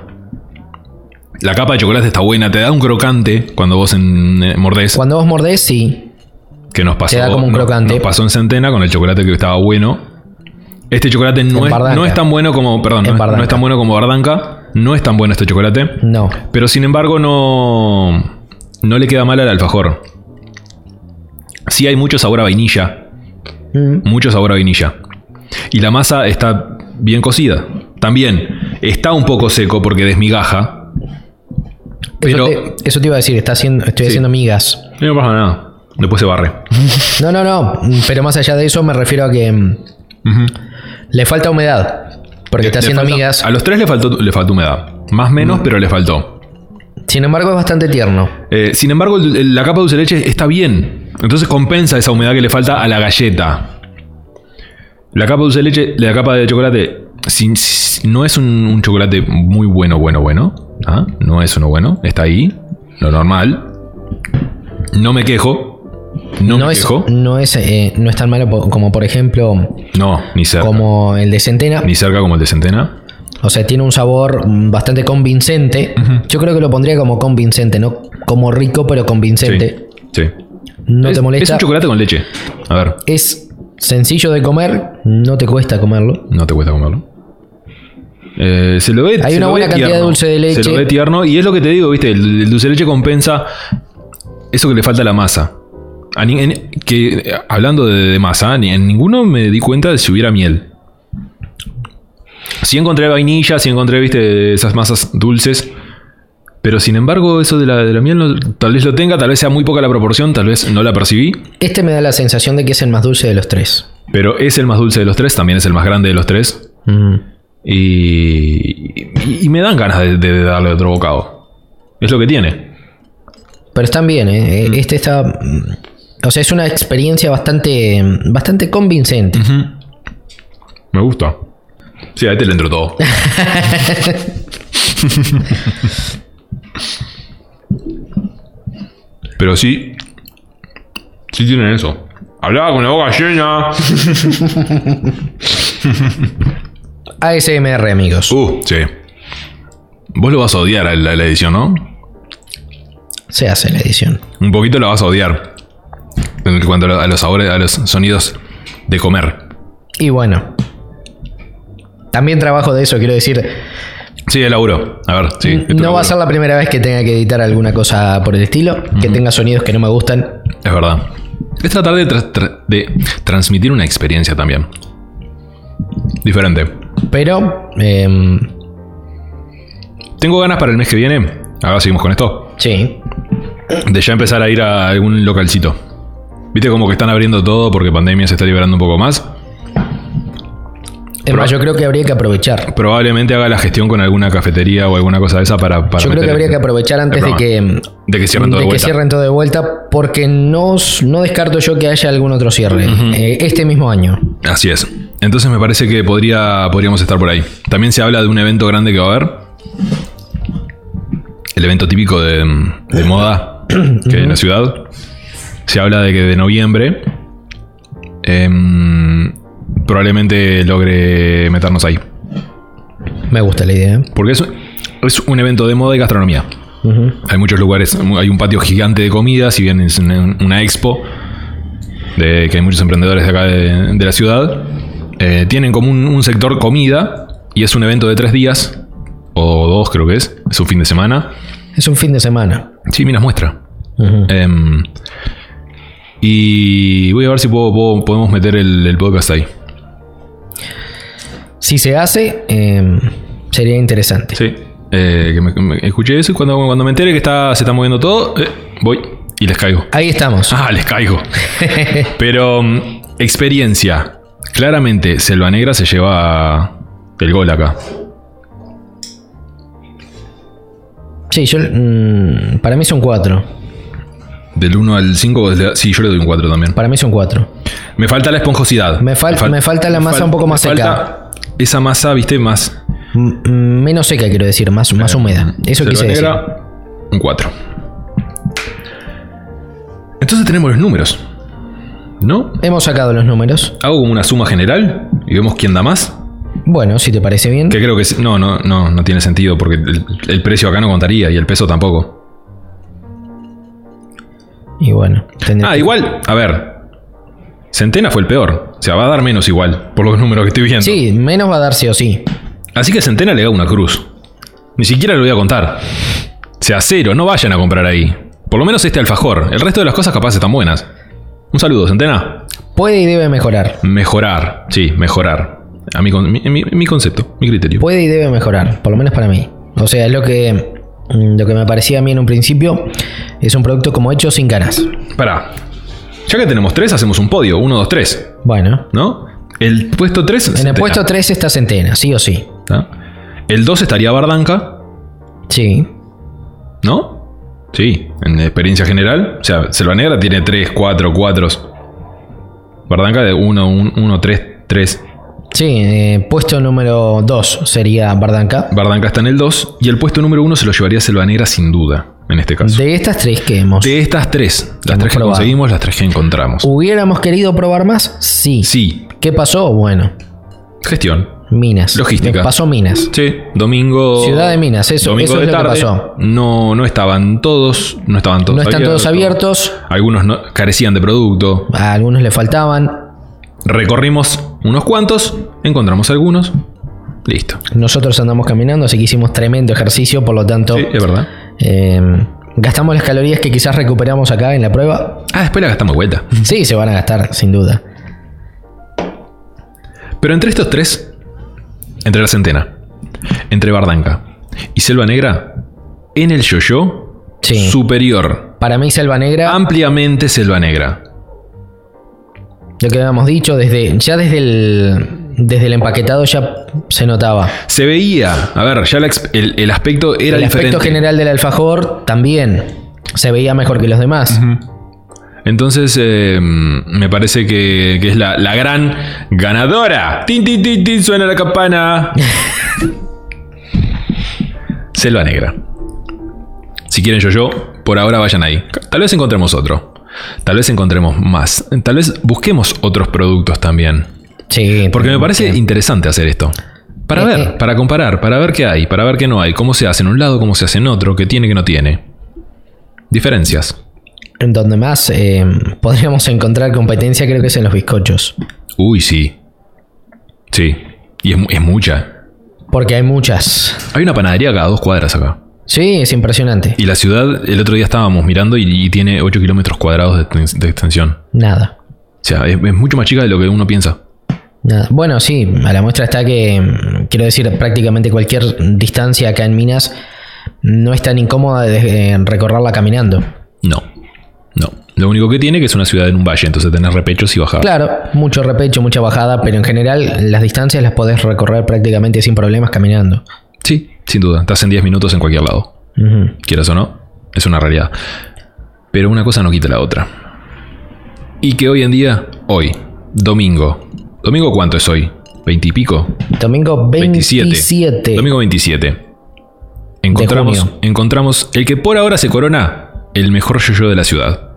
Speaker 3: La capa de chocolate está buena, te da un crocante cuando vos en, eh, mordés.
Speaker 1: Cuando vos mordés, sí.
Speaker 3: Que nos pasó.
Speaker 1: Te da como un
Speaker 3: no-
Speaker 1: crocante.
Speaker 3: Nos pasó en centena con el chocolate que estaba bueno. Este chocolate no, es,
Speaker 1: Bardanca.
Speaker 3: no es tan bueno como. Perdón,
Speaker 1: En
Speaker 3: no, es- no
Speaker 1: Bardanca.
Speaker 3: es tan bueno como Bardanca. No es tan bueno este chocolate.
Speaker 1: No.
Speaker 3: Pero sin embargo, no. No le queda mal al alfajor. Sí hay mucho sabor a vainilla.
Speaker 1: Mm,
Speaker 3: Mucho sabor a vainilla. Y la masa está bien cocida. También está un poco seco porque desmigaja. Pero
Speaker 1: eso, te, eso te iba a decir, está haciendo, estoy haciendo migas.
Speaker 3: no pasa nada. Después se barre.
Speaker 1: No, no, no. mm, Pero más allá de eso me refiero a que mm,
Speaker 3: Ujú.
Speaker 1: le falta humedad. Porque
Speaker 3: Le-
Speaker 1: está
Speaker 3: le
Speaker 1: haciendo Mm.
Speaker 3: falta-
Speaker 1: migas.
Speaker 3: A los tres le faltó, le faltó humedad. Más menos, pero le faltó.
Speaker 1: Sin embargo, es bastante tierno.
Speaker 3: Eh, sin embargo, el- el- la capa de dulce de leche está bien. Entonces compensa esa humedad que le falta a la galleta. La capa de dulce de leche, la capa de chocolate, sin- si- no es un, un chocolate muy bueno, bueno, bueno. ¿ah? No es uno bueno. Está ahí, lo normal. No me quejo. No,
Speaker 1: No
Speaker 3: me
Speaker 1: es,
Speaker 3: quejo.
Speaker 1: no, es, eh, no es tan malo po- como, por ejemplo,
Speaker 3: No, ni cerca.
Speaker 1: como el de centena.
Speaker 3: Ni cerca como el de centena.
Speaker 1: O sea, tiene un sabor mm, bastante convincente. Yo creo que lo pondría como convincente, no como rico, pero convincente.
Speaker 3: Sí.
Speaker 1: No
Speaker 3: es,
Speaker 1: te molesta.
Speaker 3: Es un chocolate con leche. A ver,
Speaker 1: Es sencillo de comer, no te cuesta comerlo.
Speaker 3: no te cuesta comerlo. Eh, se lo ve,
Speaker 1: Hay
Speaker 3: se
Speaker 1: una
Speaker 3: lo
Speaker 1: buena
Speaker 3: ve
Speaker 1: cantidad de
Speaker 3: tierno.
Speaker 1: dulce de leche.
Speaker 3: Se lo ve tierno. Y es lo que te digo, viste, el, el dulce de leche compensa eso que le falta a la masa. A ni- en- que, eh, hablando de, de masa, ni- en ninguno me di cuenta de si hubiera miel. Sí encontré vainilla, sí encontré, viste, esas masas dulces. Pero sin embargo, eso de la, de la miel no- tal vez lo tenga, tal vez sea muy poca la proporción, tal vez no la percibí.
Speaker 1: Este me da la sensación de que es el más dulce de los tres.
Speaker 3: Pero es el más dulce de los tres, también es el más grande de los tres. Y, y- y me dan ganas de, de darle otro bocado. Es lo que tiene.
Speaker 1: Pero están bien, ¿eh? Eh, Este está. mm, O sea, es una experiencia bastante, mm, bastante convincente.
Speaker 3: Me gusta. Sí, a este le entro todo. (laughs) Pero sí. Sí tienen eso. Hablaba con la boca (laughs) llena.
Speaker 1: ASMR, amigos.
Speaker 3: Uh, sí. Vos lo vas a odiar a la- la edición, ¿no?
Speaker 1: Se hace la edición.
Speaker 3: Un poquito la vas a odiar. En cuanto a lo- a los sabores, a los sonidos de comer.
Speaker 1: Y bueno. También trabajo de eso, quiero decir.
Speaker 3: Sí, el laburo. A ver, sí. esto
Speaker 1: Mm, No va a
Speaker 3: laburo.
Speaker 1: ser la primera vez que tenga que editar alguna cosa por el estilo. Que tenga sonidos que no me gustan.
Speaker 3: Es verdad. Es tratar de, tra- tra- de transmitir una experiencia también. Diferente.
Speaker 1: Pero. em,
Speaker 3: Tengo ganas para el mes que viene. Ahora seguimos con esto.
Speaker 1: sí.
Speaker 3: De ya empezar a ir a algún localcito. Viste como que están abriendo todo porque pandemia se está liberando un poco más.
Speaker 1: Es más, yo creo que habría que aprovechar.
Speaker 3: Probablemente haga la gestión con alguna cafetería o alguna cosa de esa para... para
Speaker 1: Yo creo que
Speaker 3: meter- este
Speaker 1: habría que aprovechar antes de
Speaker 3: programa.
Speaker 1: que,
Speaker 3: De que cierren todo
Speaker 1: de
Speaker 3: de
Speaker 1: que
Speaker 3: vuelta.
Speaker 1: cierren todo de vuelta, porque no, no descarto yo que haya algún otro cierre eh, este mismo año.
Speaker 3: Así es. Entonces me parece que podría, podríamos estar por ahí. También se habla de un evento grande que va a haber. El evento típico de, de moda que hay en la ciudad. Se habla de que de noviembre em, probablemente logre meternos ahí.
Speaker 1: Me gusta la idea. ¿eh?
Speaker 3: Porque es, un- es un evento de moda y gastronomía. Hay muchos lugares, hay un patio gigante de comida, si bien es una, una expo, de, que hay muchos emprendedores de acá de, de la ciudad. Eh, tienen como un, un sector comida y es un evento de tres días, o dos creo que es, es un fin de semana.
Speaker 1: Es un fin de semana.
Speaker 3: Sí, minas muestra.
Speaker 1: Ujú.
Speaker 3: Em, y voy a ver si puedo- puedo- podemos meter el, el podcast ahí.
Speaker 1: Si se hace, eh, sería interesante.
Speaker 3: Sí. Eh, que me, me- escuché eso y cuando, cuando me entere que está, se está moviendo todo, eh, voy y les caigo.
Speaker 1: Ahí estamos.
Speaker 3: (laughs) Ah, les caigo. Pero mm, experiencia. Claramente, Selva Negra se lleva el gol acá.
Speaker 1: Sí, yo. mm, para mí son cuatro.
Speaker 3: Del 1 al 5, sí, yo le doy un 4 también.
Speaker 1: Para mí son cuatro.
Speaker 3: Me falta la esponjosidad.
Speaker 1: Me fal- me falta la masa un poco más
Speaker 3: me
Speaker 1: seca.
Speaker 3: falta Esa masa, viste, más.
Speaker 1: M- mm, menos seca, quiero decir, más, más húmeda. Eso
Speaker 3: Selva
Speaker 1: quise decir.
Speaker 3: Negra, un 4. Entonces tenemos los números. ¿No?
Speaker 1: Hemos sacado los números.
Speaker 3: Hago como una suma general y vemos quién da más.
Speaker 1: Bueno, si te parece bien.
Speaker 3: Que creo que es- no, no, no, no tiene sentido porque el, el precio acá no contaría y el peso tampoco.
Speaker 1: Y bueno, tendré-
Speaker 3: Ah, igual, a ver. Centena fue el peor. O sea, va a dar menos igual, por los números que estoy viendo.
Speaker 1: Sí, menos va a dar sí o sí.
Speaker 3: Así que a Centena le hago una cruz. Ni siquiera lo voy a contar. O sea, cero, no vayan a comprar ahí. Por lo menos este alfajor. El resto de las cosas capaz están buenas. Un saludo, Centena.
Speaker 1: Puede y debe mejorar.
Speaker 3: Mejorar, sí, mejorar. A mi, con- mi, mi- mi concepto, mi criterio.
Speaker 1: Puede y debe mejorar, por lo menos para mí. O sea, es lo que, mm, lo que me parecía a mí en un principio. Es un producto como hecho sin ganas.
Speaker 3: Pará. Ya que tenemos tres, hacemos un podio. Uno, dos, tres.
Speaker 1: Bueno,
Speaker 3: ¿No? El puesto 3
Speaker 1: en el puesto 3 está Centena, sí o sí.
Speaker 3: El 2 estaría Bardanca,
Speaker 1: Sí,
Speaker 3: ¿no? Sí, en experiencia general. O sea, Selva Negra tiene 3, 4, 4. Bardanca de 1, 1, 3, 3.
Speaker 1: sí, eh, puesto número 2 sería Bardanca.
Speaker 3: Bardanca está en el 2. Y el puesto número 1 se lo llevaría Selva Negra sin duda, en este caso. De,
Speaker 1: De estas tres que hemos.
Speaker 3: estas tres, las
Speaker 1: Hemos
Speaker 3: tres que
Speaker 1: probado.
Speaker 3: conseguimos, las tres que encontramos.
Speaker 1: ¿Hubiéramos querido probar más? Sí.
Speaker 3: Sí,
Speaker 1: ¿Qué pasó? Bueno,
Speaker 3: gestión.
Speaker 1: Minas.
Speaker 3: Logística.
Speaker 1: Me Pasó Minas.
Speaker 3: Sí, domingo.
Speaker 1: Ciudad de Minas, eso-
Speaker 3: domingo
Speaker 1: eso es
Speaker 3: de
Speaker 1: lo que
Speaker 3: tarde.
Speaker 1: pasó.
Speaker 3: No, no estaban todos, no estaban todos
Speaker 1: No están todos abiertos.
Speaker 3: Algunos no- carecían de producto.
Speaker 1: A algunos le faltaban.
Speaker 3: Recorrimos unos cuantos, encontramos algunos. Listo.
Speaker 1: Nosotros andamos caminando, así que hicimos tremendo ejercicio, por lo tanto,
Speaker 3: Sí, es verdad.
Speaker 1: eh, gastamos las calorías que quizás recuperamos acá en la prueba.
Speaker 3: Ah, después la gastamos de vuelta.
Speaker 1: Sí, se van a gastar, sin duda.
Speaker 3: Pero entre estos tres, entre la centena, entre Bardanca y Selva Negra, en el yo-yo,
Speaker 1: Sí. Ah.
Speaker 3: superior,
Speaker 1: Para mí, Selva Negra,
Speaker 3: ampliamente Selva Negra.
Speaker 1: lo que habíamos dicho, desde, ya desde el, desde el empaquetado ya se notaba.
Speaker 3: Se veía, a ver, ya la ex- el, el aspecto era
Speaker 1: el
Speaker 3: diferente.
Speaker 1: aspecto general del alfajor también se veía mejor que los demás.
Speaker 3: Entonces, eh, me parece que, que es la, la gran ganadora. Tin, tin, tin, tin, suena la campana. (laughs) Selva Negra. Si quieren yo, yo, por ahora vayan ahí. Tal vez encontremos otro. Tal vez encontremos más. Tal vez busquemos otros productos también.
Speaker 1: Sí,
Speaker 3: Porque me parece interesante hacer esto. Para
Speaker 1: Eh, eh.
Speaker 3: ver, para comparar, para ver qué hay, para ver qué no hay, cómo se hace en un lado, cómo se hace en otro, qué tiene, qué no tiene. Diferencias.
Speaker 1: En donde más eh, podríamos encontrar competencia creo que es en los bizcochos.
Speaker 3: Uy, sí. Sí. Y es, mu- es mucha.
Speaker 1: Porque hay muchas.
Speaker 3: Hay una panadería cada dos cuadras acá.
Speaker 1: Sí, es impresionante.
Speaker 3: Y la ciudad, el otro día estábamos mirando y, y tiene 8 kilómetros cuadrados de, exten- de extensión.
Speaker 1: Nada.
Speaker 3: O sea, es, es mucho más chica de lo que uno piensa.
Speaker 1: Nada. Bueno, sí, a la muestra está que, mm, quiero decir, prácticamente cualquier distancia acá en Minas no es tan incómoda de eh, recorrerla caminando.
Speaker 3: No. No. Lo único que tiene que es una ciudad en un valle, entonces tenés repechos y bajadas.
Speaker 1: Claro, mucho repecho, mucha bajada, pero en general las distancias las podés recorrer prácticamente sin problemas caminando.
Speaker 3: Sí, sin duda. Estás en 10 minutos en cualquier lado.
Speaker 1: Ujú.
Speaker 3: quieras o no, es una realidad. Pero una cosa no quita la otra. Y que hoy en día, hoy, domingo, ¿domingo cuánto es hoy? ¿20 y pico?
Speaker 1: Domingo
Speaker 3: 27.
Speaker 1: 27.
Speaker 3: Domingo 27. Encontramos,
Speaker 1: junio.
Speaker 3: encontramos el que por ahora se corona el mejor yo-yo de la ciudad.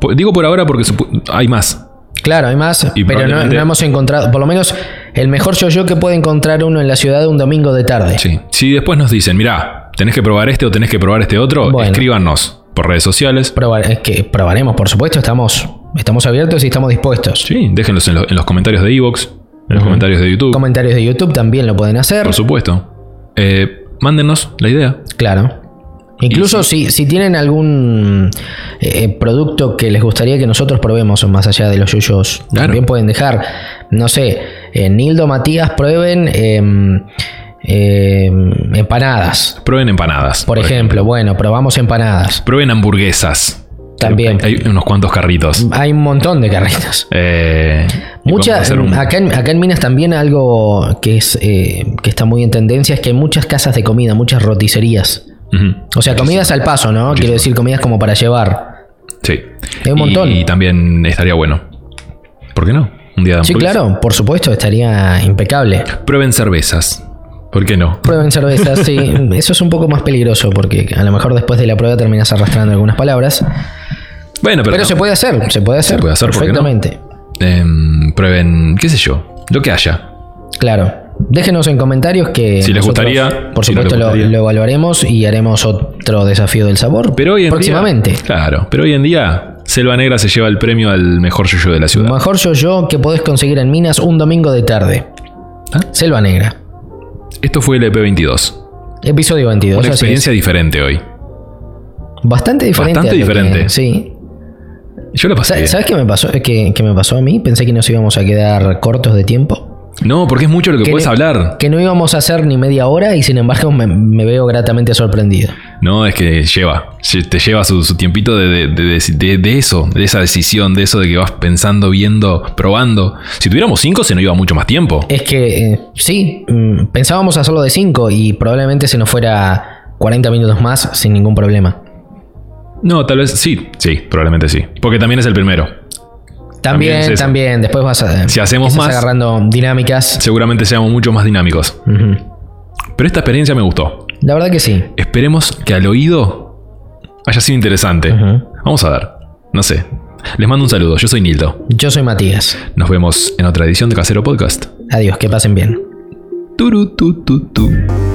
Speaker 3: Po- digo por ahora porque supu- hay más.
Speaker 1: Claro, hay más,
Speaker 3: Y
Speaker 1: pero no,
Speaker 3: probablemente-
Speaker 1: no hemos encontrado, por lo menos el mejor yo-yo que puede encontrar uno en la ciudad un domingo de tarde.
Speaker 3: Sí. Si después nos dicen, mirá, tenés que probar este o tenés que probar este otro,
Speaker 1: Bueno.
Speaker 3: escríbanos por redes sociales.
Speaker 1: Probar- es que probaremos, por supuesto, estamos, estamos abiertos y estamos dispuestos.
Speaker 3: Sí, déjenlos en, lo- en los comentarios de Evox, en los comentarios de YouTube.
Speaker 1: Comentarios de YouTube también lo pueden hacer,
Speaker 3: Por supuesto. Eh, mándenos la idea.
Speaker 1: claro. Incluso si, si tienen algún eh, eh, producto que les gustaría que nosotros probemos más allá de los yuyos,
Speaker 3: Claro.
Speaker 1: también pueden dejar, no sé, eh, Nildo, Matías, prueben em, em, empanadas.
Speaker 3: Prueben empanadas.
Speaker 1: Por ejemplo, bueno, probamos empanadas.
Speaker 3: Prueben hamburguesas.
Speaker 1: También.
Speaker 3: Hay unos cuantos carritos.
Speaker 1: Hay un montón de carritos.
Speaker 3: Eh, (laughs) y podemos
Speaker 1: Muchas,
Speaker 3: hacer un-
Speaker 1: acá, en, acá en Minas también algo que, es, eh, que está muy en tendencia es que hay muchas casas de comida, muchas roticerías.
Speaker 3: Ujú,
Speaker 1: O sea, comidas al paso, ¿no? Quiero decir, comidas como para llevar.
Speaker 3: Sí.
Speaker 1: Hay un
Speaker 3: Y-
Speaker 1: montón.
Speaker 3: Y, también estaría bueno. ¿Por qué no? Un día de
Speaker 1: Sí,
Speaker 3: hamburguesa.
Speaker 1: claro, por supuesto, estaría impecable.
Speaker 3: Prueben cervezas. ¿Por qué no?
Speaker 1: Prueben cerveza,
Speaker 3: (laughs)
Speaker 1: sí. Eso es un poco más peligroso porque a lo mejor después de la prueba terminas arrastrando algunas palabras.
Speaker 3: Bueno, pero,
Speaker 1: Pero
Speaker 3: no.
Speaker 1: se puede hacer, se puede hacer.
Speaker 3: puede hacer, ¿por qué no?
Speaker 1: perfectamente.
Speaker 3: Em, prueben, qué sé yo, lo que haya.
Speaker 1: Claro. Déjenos en comentarios que.
Speaker 3: Si les
Speaker 1: nosotros,
Speaker 3: gustaría,
Speaker 1: Por
Speaker 3: si no les
Speaker 1: supuesto, lo-
Speaker 3: gustaría.
Speaker 1: Lo, evaluaremos y haremos otro desafío del sabor.
Speaker 3: Pero hoy en
Speaker 1: próximamente.
Speaker 3: día. Claro, pero hoy en día Selva Negra se lleva el premio al mejor yo de la ciudad.
Speaker 1: Mejor yo yo que podés conseguir en Minas un domingo de tarde.
Speaker 3: ¿Ah?
Speaker 1: Selva Negra.
Speaker 3: Esto fue el EP22.
Speaker 1: Episodio 22.
Speaker 3: Una
Speaker 1: así
Speaker 3: experiencia
Speaker 1: es.
Speaker 3: diferente hoy.
Speaker 1: Bastante diferente.
Speaker 3: Bastante
Speaker 1: a lo
Speaker 3: diferente.
Speaker 1: que- sí.
Speaker 3: Yo la pasé.
Speaker 1: Sa-
Speaker 3: bien.
Speaker 1: ¿Sabes qué me pasó? ¿Qué, qué me pasó a mí? Pensé que nos íbamos a quedar cortos de tiempo.
Speaker 3: No, porque es mucho lo que
Speaker 1: ¿Qué
Speaker 3: puedes
Speaker 1: le-
Speaker 3: hablar.
Speaker 1: Que no íbamos a hacer ni media hora y sin embargo me, me veo gratamente sorprendido.
Speaker 3: No, es que lleva. lle- Te lleva su, su tiempito de, de- de- de- de eso, de esa decisión, de eso de que vas pensando, viendo, probando. Si tuviéramos cinco, se nos iba mucho más tiempo.
Speaker 1: Es que eh, sí, mm, pensábamos hacerlo de 5 y probablemente se nos fuera 40 minutos más sin ningún problema.
Speaker 3: No, tal vez sí, sí, probablemente sí. Porque también es el primero. También
Speaker 1: También,
Speaker 3: es
Speaker 1: también,
Speaker 3: eso.
Speaker 1: después vas a, eh,
Speaker 3: Si hacemos
Speaker 1: estás
Speaker 3: más-
Speaker 1: agarrando dinámicas.
Speaker 3: Seguramente seamos mucho más dinámicos.
Speaker 1: Ujú.
Speaker 3: Pero esta experiencia me gustó.
Speaker 1: La verdad que sí.
Speaker 3: Esperemos que al oído haya sido interesante.
Speaker 1: Ujú.
Speaker 3: Vamos a ver. No sé. Les mando un saludo. Yo soy Nildo.
Speaker 1: Yo soy Matías.
Speaker 3: Nos vemos en otra edición de Casero Podcast.
Speaker 1: Adiós, que pasen bien.
Speaker 3: Turu, tu, tu, tu.